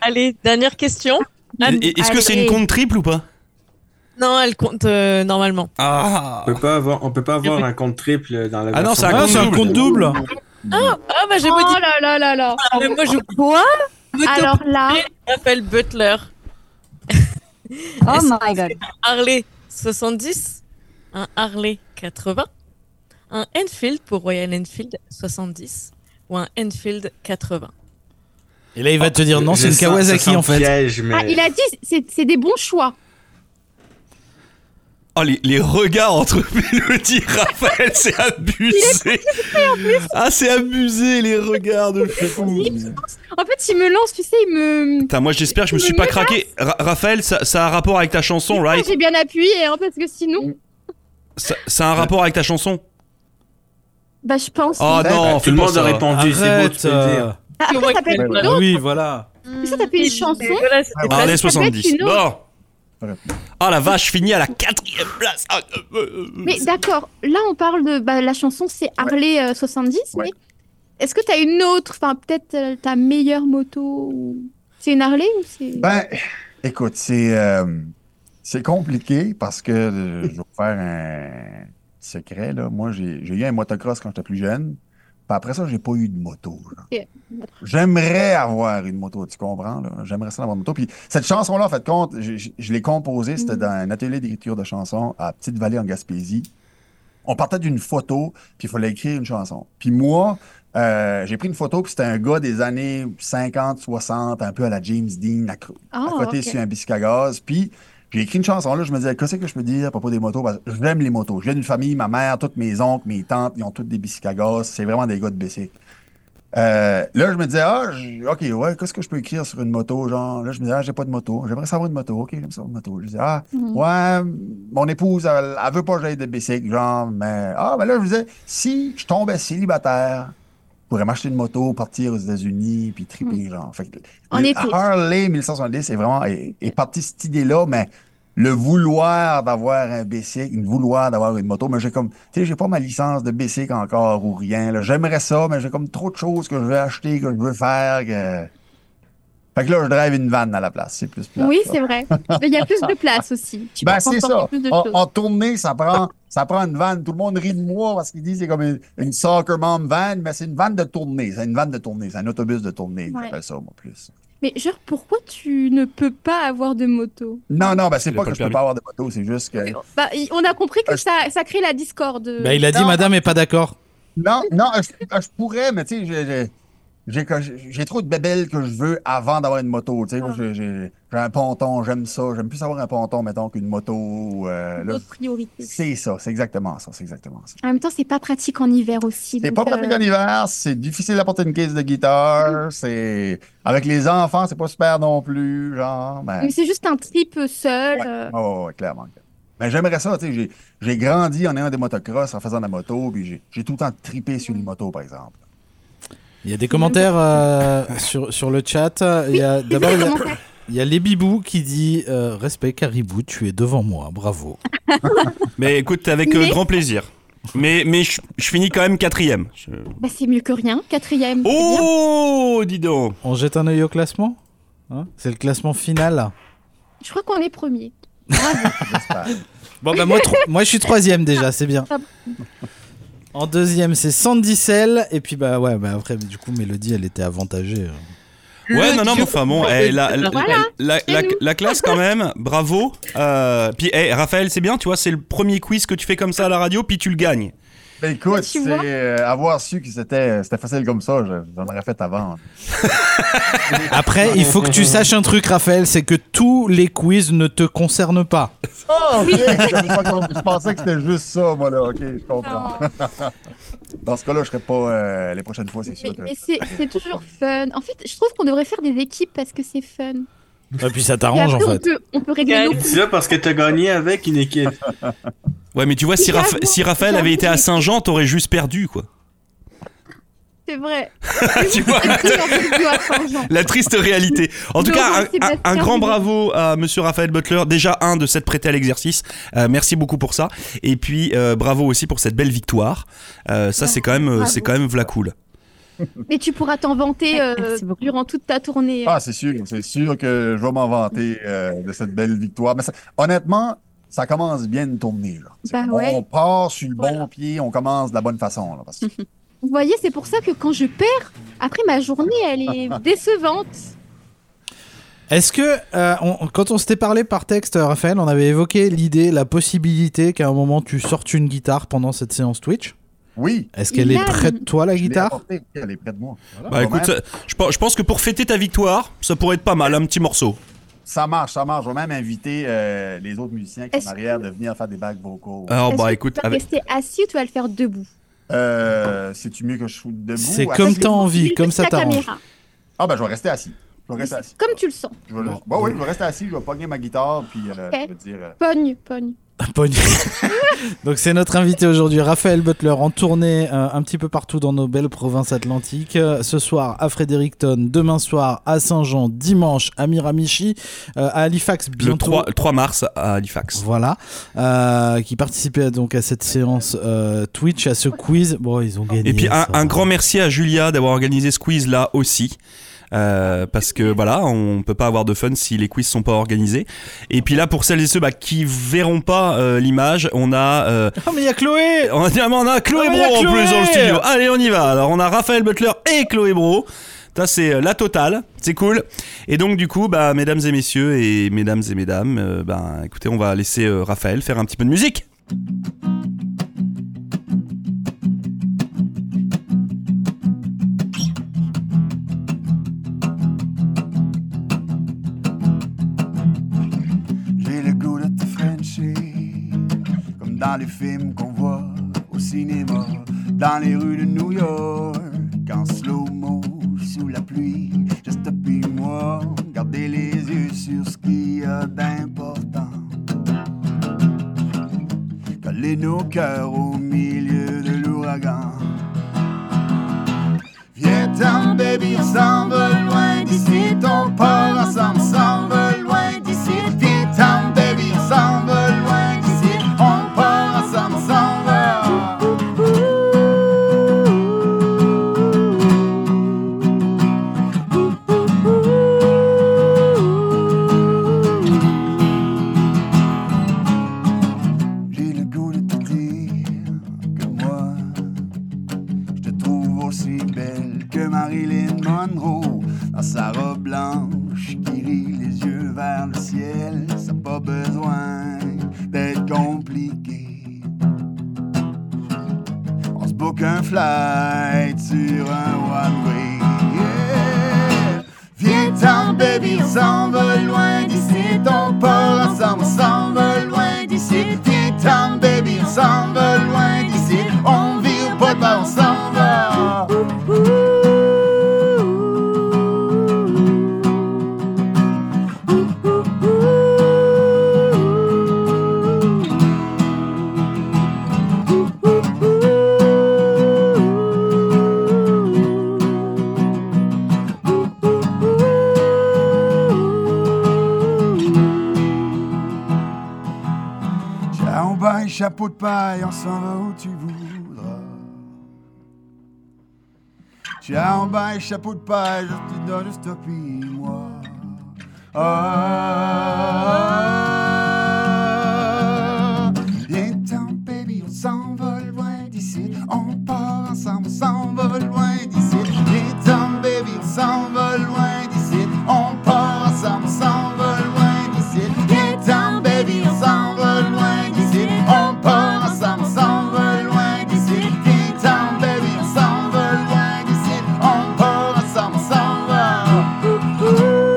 F: Allez, dernière question. Anne-
D: et- Est-ce que c'est une
F: Allez.
D: compte triple ou pas
F: Non, elle compte euh, normalement.
D: Ah.
H: On peut pas avoir, on peut pas avoir
F: Oui.
H: un compte triple dans la
D: Ah non,
H: version
D: c'est
A: Ah, c'est un
D: double.
A: compte double.
F: Ah bah j'ai
C: Oh
F: pas dit.
C: là là là là.
F: mais moi je
G: Quoi
F: vote
C: Alors là,
F: pour Raphaël Butler.
G: Oh
F: Est-ce
G: my god.
F: Harley 70, un Harley 80, un Enfield pour Royal Enfield 70 ou un Enfield 80.
A: Et là, il va te dire non,
H: Je
A: c'est une
H: sens- ça
A: Kawasaki
H: sent
A: en fait.
H: piège, mais...
C: ah, il a dit c'est c'est des bons choix.
D: Oh, les, les regards entre *laughs* Mélodie et Raphaël, c'est abusé. Ah, c'est abusé, les regards de fou.
C: En fait, il me lance, tu sais, il me.
D: Putain, moi j'espère que je me suis pas craqué. Ra- Raphaël, ça, ça a un rapport avec ta chanson,
C: Ah,
D: right
C: J'ai bien appuyé, hein, parce que
E: Mm.
C: sinon,
D: ça, ça a un rapport avec ta chanson
C: bah je pense.
D: Oh
E: Ben,
D: non,
H: Bah, tout
D: fais
H: le
D: pas
H: monde a
D: ça.
H: répondu, c'est beau,
A: Arrête,
H: tu peux le
A: euh,
H: dire.
C: Ah,
F: C'est
C: Après,
F: moi
C: ça
F: qui
C: peut
E: l'ai
C: être
E: fait.
C: d'autres.
A: oui, voilà.
C: ça, t'as fait une chanson
F: Voilà, c'était pas-
D: Harley
C: ça peut être
D: 70.
C: une autre.
D: Bon. Ah la vache, fini à la quatrième place. Ah, euh, euh, euh.
A: Mm.
C: Mais d'accord, là on parle de bah, la chanson, c'est Harley euh, 70,
E: Ouais.
C: mais est-ce que t'as une autre, enfin peut-être euh, ta meilleure moto ou- C'est une Harley ou c'est.
E: Ben, écoute, c'est euh, c'est compliqué parce que euh, je vais vous faire un secret. Là. Moi, j'ai j'ai eu un motocross quand j'étais plus jeune. Puis après ça, j'ai pas eu de moto. là.
C: Ok.
E: J'aimerais avoir une moto, tu comprends? là? J'aimerais ça avoir une moto. Puis cette chanson-là, en fait, compte, je, je- je l'ai composée, c'était
C: Mhm.
E: dans un atelier d'écriture de chansons à Petite-Vallée en Gaspésie. On partait d'une photo, puis il fallait écrire une chanson. Puis moi, euh, j'ai pris une photo, puis c'était un gars des années 50, 60, un peu à la James Dean, accro-
C: Ah,
E: à côté
C: ok.
E: sur un bicycle à gaz. Puis j'ai écrit une chanson là, je me disais, qu'est-ce que je peux dire à propos des motos? Parce que j'aime les motos. Je viens d'une famille, ma mère, toutes mes oncles, mes tantes, ils ont toutes des bicycles à gaz. C'est vraiment des gars de bicycle. Euh, là, je me disais, ah, je- ok, ouais, qu'est-ce que je peux écrire sur une moto? Genre, là, je me disais, ah, j'ai pas de moto. J'aimerais savoir une moto. Ok, j'aime ça, une moto. Je disais, ah,
G: Mhm.
E: ouais, mon épouse, elle, elle veut pas que j'aille de bicycle. Genre, mais, ah, ben là, je me disais, si je tombais célibataire, je pourrais m'acheter une moto, partir aux États-Unis, puis triper, genre. Fait que,
C: Mhm. En
E: le-
C: été.
E: Harley 1170 est vraiment, est, est parti de cette idée-là, mais le vouloir d'avoir un bicycle, le vouloir d'avoir une moto, mais j'ai comme, tu sais, j'ai pas ma licence de bicycle encore ou rien, là. J'aimerais ça, mais j'ai comme trop de choses que je veux acheter, que je veux faire, que... Fait que là, je drive une vanne à la place, c'est plus plat.
C: Oui, c'est vrai. Mais il y a plus de place aussi. Tu
E: Ben,
C: peux
E: c'est
C: transporter
E: ça.
C: Plus de
E: En,
C: choses.
E: en tournée, ça prend, ça prend une vanne. Tout le monde rit de moi parce qu'ils disent que c'est comme une, une soccer mom van, mais c'est une vanne de tournée. C'est une vanne de tournée. C'est un autobus de tournée.
C: Ouais.
E: J'appelle ça, moi, plus.
C: Mais genre, pourquoi tu ne peux pas avoir de moto
E: Non, non, ben, c'est
D: Il a
E: pas
D: pas
E: que
D: le
E: je peux
D: permis.
E: pas avoir de moto, c'est juste que.
C: Bah, il- On a compris que
E: Euh,
C: ça, ça crée la discorde.
A: Bah, il a dit,
E: Non.
A: madame est pas d'accord.
E: Non, non, je, je pourrais, mais tu sais, j'ai- j'ai- j'ai que- j'ai trop de bébelles que je veux avant d'avoir une moto. Tu sais, Moi, j'ai- j'ai j'ai un ponton, j'aime ça. J'aime plus avoir un ponton, mettons, qu'une moto. ou, euh, là,
C: D'autres priorités.
E: c'est ça, c'est exactement ça, c'est exactement ça.
C: En même temps, c'est pas pratique en hiver aussi.
E: C'est
C: donc,
E: pas
C: euh,
E: pratique en hiver, c'est difficile à porter une caisse de guitare, c'est... Avec les enfants, c'est pas super non plus, genre, ben...
C: Mais c'est juste un trip seul.
E: Ouais.
C: euh,
E: Oh, ouais, clairement. Mais j'aimerais ça, tu sais, j'ai- j'ai grandi en ayant des motocross, en faisant de la moto, puis j'ai- j'ai tout le temps tripé sur les motos, par exemple.
A: Il y a des commentaires euh,
C: *laughs*
A: sur, sur le chat. Il y a d'abord il y a-
C: comment faire
A: il y a les bibous qui dit euh, respect caribou, tu es devant moi, bravo.
D: Mais écoute, avec euh,
C: Mais-
D: grand plaisir. Mais, mais je, je finis quand même quatrième. Je-
C: Bah, c'est mieux que rien. Quatrième. c'est bien.
D: Oh, dis donc.
A: On jette un œil au classement Hein C'est le classement final.
C: Je crois qu'on est premier.
E: Ah, J'espère.
A: Bon bah moi, tro- *laughs* moi je suis troisième déjà, c'est bien.
C: Ah bon.
A: En deuxième c'est Sandy Sell et puis bah ouais bah après du coup Mélodie elle était avantagée. euh.
D: Ouais,
F: Le
D: non, non, mais
F: dieu
D: enfin bon,
F: Covid.
D: eh, la, la-
F: Voilà.
D: la- la-
C: nous.
D: la classe quand
C: *laughs*
D: même, bravo. Euh, puis, eh, Raphaël, c'est bien, tu vois, c'est le premier quiz que tu fais comme ça à la radio, puis tu le gagnes.
E: Ben écoute,
C: Tu
E: c'est
C: vois?
E: euh, avoir su que c'était c'était facile comme ça, je- j'en aurais fait avant.
A: Après il faut que *laughs* tu saches un truc Raphaël, c'est que tous les quiz ne te concernent pas.
E: Oh, *laughs* ok! j'avais pas compris. je pensais que c'était juste ça, moi, là. Ok, je comprends.
C: Non.
E: Dans ce cas-là, je serais pas... euh, les prochaines fois, c'est sûr
C: Mais,
E: que...
C: mais c'est c'est toujours fun. En fait, je trouve qu'on devrait faire des équipes parce que c'est fun.
A: Et puis ça
C: Et
A: t'arrange en
C: après, on
A: fait.
C: peut, on peut régler
F: Gaël.
C: nos
H: C'est là parce que t'as gagné avec une équipe.
D: Ouais, mais tu vois, si,
C: J'avoue,
D: Rapha- si Raphaël avait été à
C: j'avoue.
D: Saint-Jean, t'aurais juste perdu,
C: *laughs*
D: quoi.
C: C'est vrai. *laughs*
D: tu vois
C: C'est vrai, en fait, je dois changer.
D: La triste réalité. En tout
C: Laurent
D: cas, un- un,
C: Sébastien,
D: un grand
C: vous-
D: bravo à Monsieur Raphaël Butler. Déjà un de s'être prêté à l'exercice. Euh, merci beaucoup pour ça. Et puis euh, bravo aussi pour cette belle victoire. Euh, ça, c'est quand même, euh,
C: Bravo.
D: c'est quand même vla cool.
C: Mais tu pourras t'en vanter euh,
G: Merci beaucoup.
C: durant toute ta tournée.
E: Ah, c'est sûr, c'est sûr que je vais m'en vanter euh, de cette belle victoire. Mais ça- honnêtement, ça commence bien une tournée, là. C'est
C: Bah
E: comme,
C: ouais.
E: On part sur le
C: Voilà.
E: bon pied, on commence de la bonne façon, là.
C: *laughs*
E: Parce que
C: Vous voyez, c'est pour ça que quand je perds, après ma journée,
E: *laughs*
C: elle est décevante.
A: Est-ce que, euh, on- quand on s'était parlé par texte, euh, Raphaël, on avait évoqué l'idée, la possibilité qu'à un moment tu sortes une guitare pendant cette séance Twitch
E: oui,
A: Est-ce qu'elle
C: Il
A: est
C: a-
A: près de toi,
E: je
A: la
E: l'ai
A: guitare
E: apportée, elle est près de moi.
D: Bah
A: Ben,
E: Quand
D: écoute,
E: même.
D: ça- je, pense- je pense que pour fêter ta victoire, ça pourrait être pas mal un petit morceau.
E: Ça marche, ça marche. Je vais même inviter euh, les autres musiciens qui sont
C: Est-ce
E: en arrière de venir faire des bacs vocaux.
A: Ah.
D: Alors
C: Est-ce
D: bah
C: que
D: écoute,
C: Tu vas
D: avec-
C: rester assis ou tu vas le faire debout
E: Euh, C'est-tu mieux que je sois debout?
A: C'est
E: Assis?
A: comme t'as envie,
C: Juste
A: comme ça
C: la
A: t'arrange.
C: caméra.
E: Ah, ben, je vais rester assis. Je vais rester assis.
C: Comme tu le sens.
E: Je vais, bon, oui, je vais rester assis, je vais pogner ma guitare, puis euh,
C: Ok.
E: je vais dire. euh,
C: Pogne, pogne.
A: Pogné. *laughs* Donc c'est notre invité aujourd'hui, Raphaël Butler, en tournée euh, un petit peu partout dans nos belles provinces atlantiques. Euh, ce soir à Fredericton, demain soir à Saint-Jean, dimanche à Miramichi, euh, à Halifax bientôt.
D: le 3, le 3 mars à Halifax.
A: Voilà, euh, qui participait donc à cette séance euh, Twitch, à ce quiz. Bon, ils ont gagné.
D: Et puis un,
A: ça
D: un
A: va.
D: grand merci à Julia d'avoir organisé ce quiz là aussi. Euh, parce que voilà, on peut pas avoir de fun si les quiz sont pas organisés. Et puis là, pour celles et ceux bah, qui verront pas euh, l'image, on a euh,
A: Oh, mais il y a Chloé
D: On a, dit, ah, mais on a Chloé
A: Ah,
D: Bro
A: il y a
D: en
A: Chloé
D: plus dans le studio. Allez, on y va. Alors, on a Raphaël Butler et Chloé Bro. Ça, c'est euh, la totale. C'est cool. Et donc, du coup, bah, mesdames et messieurs et mesdames et mesdames, euh, bah, écoutez, on va laisser euh, Raphaël faire un petit peu de musique.
E: J'ai le goût de te frencher Comme dans les films qu'on voit au cinéma Dans les rues de New York En slow-mo les nos cœurs au milieu de l'ouragan. Viens ten baby, on s'en va loin d'ici, ton port ensemble, s'en va loin d'ici. Viens ten baby, on s'en va loin d'ici, on part ensemble, s'en va. J'ai le goût de te dire que moi, je te trouve aussi belle que Marilyn Monroe dans sa robe blanche qui rit les yeux vers le ciel. Ça n'a pas besoin d'être compliqué. On se book un flight sur un one way. yeah. Viens t'en, baby, on s'en va loin d'ici. Ton port ensemble, on s'en va loin d'ici. Viens t'en, baby, on s'en va loin d'ici. On vit pas de bord, on s'en va. Ciao, bye, chapeau de paille, on s'en va où tu voudras. Ciao, bye, chapeau de paille, je te donne stop moi. Ah, viens t'en, baby, on s'envole loin d'ici. On part ensemble, on s'envole loin d'ici. Viens t'en, baby, on s'envole loin d'ici. On part ensemble, on s'envole loin d'ici. Viens t'en, baby, on s'envole loin d'ici. On part ensemble, on s'envole loin d'ici. Viens t'en, baby, on s'envole loin d'ici. On part ensemble, on s'envole.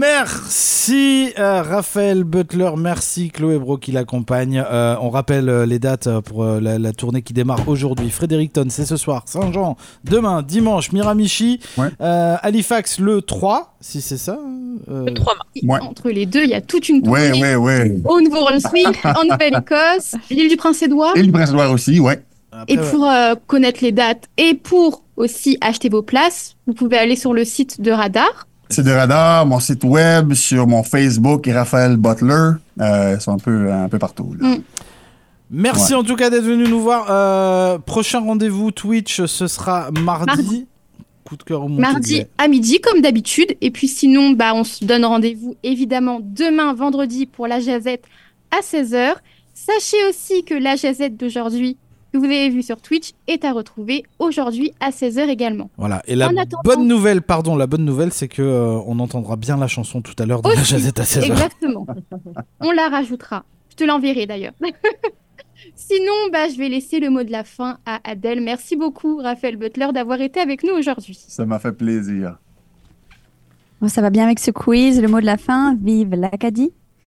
A: Merci euh, Raphaël Butler, merci Chloé Bro qui l'accompagne. Euh, on rappelle euh, les dates euh, pour euh, la, la tournée qui démarre aujourd'hui. Fredericton, c'est ce soir. Saint-Jean, demain, dimanche, Miramichi.
E: Ouais.
A: Euh, Halifax, le 3, si c'est ça. euh,
F: Le 3 mars.
E: Ouais.
C: Entre les deux, il y a toute une
E: Ouais, ouais,
C: tournée.
E: ouais.
C: Au Nouveau-Brunswick, en Nouvelle-Écosse, l'île du Prince-Édouard.
E: Et le Bresloir aussi, ouais.
A: après,
C: Et
A: Ah ouais.
C: pour euh, connaître les dates et pour aussi acheter vos places, vous pouvez aller sur le site de Radar.
E: C'est de radar, mon site web, sur mon Facebook et Raphaël Butler. Euh, ils sont un peu, un peu partout. là.
A: Merci en tout cas d'être venu nous voir. Euh, prochain rendez-vous Twitch, ce sera mardi.
C: Mardi.
A: Coup de cœur au
C: Mardi à midi, comme d'habitude. Et puis sinon, bah, on se donne rendez-vous évidemment demain, vendredi, pour la jazette à 16h. Sachez aussi que la jazette d'aujourd'hui, que vous avez vue sur Twitch, est à retrouver aujourd'hui à 16h également.
A: Voilà. Et la
C: En attendant-
A: bonne nouvelle, pardon, la bonne nouvelle, c'est que euh, on entendra bien la chanson tout à l'heure dans la
C: Aussi,
A: Jazette à 16h.
C: Exactement. on la rajoutera. Je te l'enverrai d'ailleurs. *laughs* Sinon, bah, je vais laisser le mot de la fin à Adèle. Merci beaucoup, Raphaël Butler, d'avoir été avec nous aujourd'hui.
E: Ça m'a fait plaisir.
G: Bon, ça va bien avec ce quiz. Le mot de la fin, vive l'Acadie.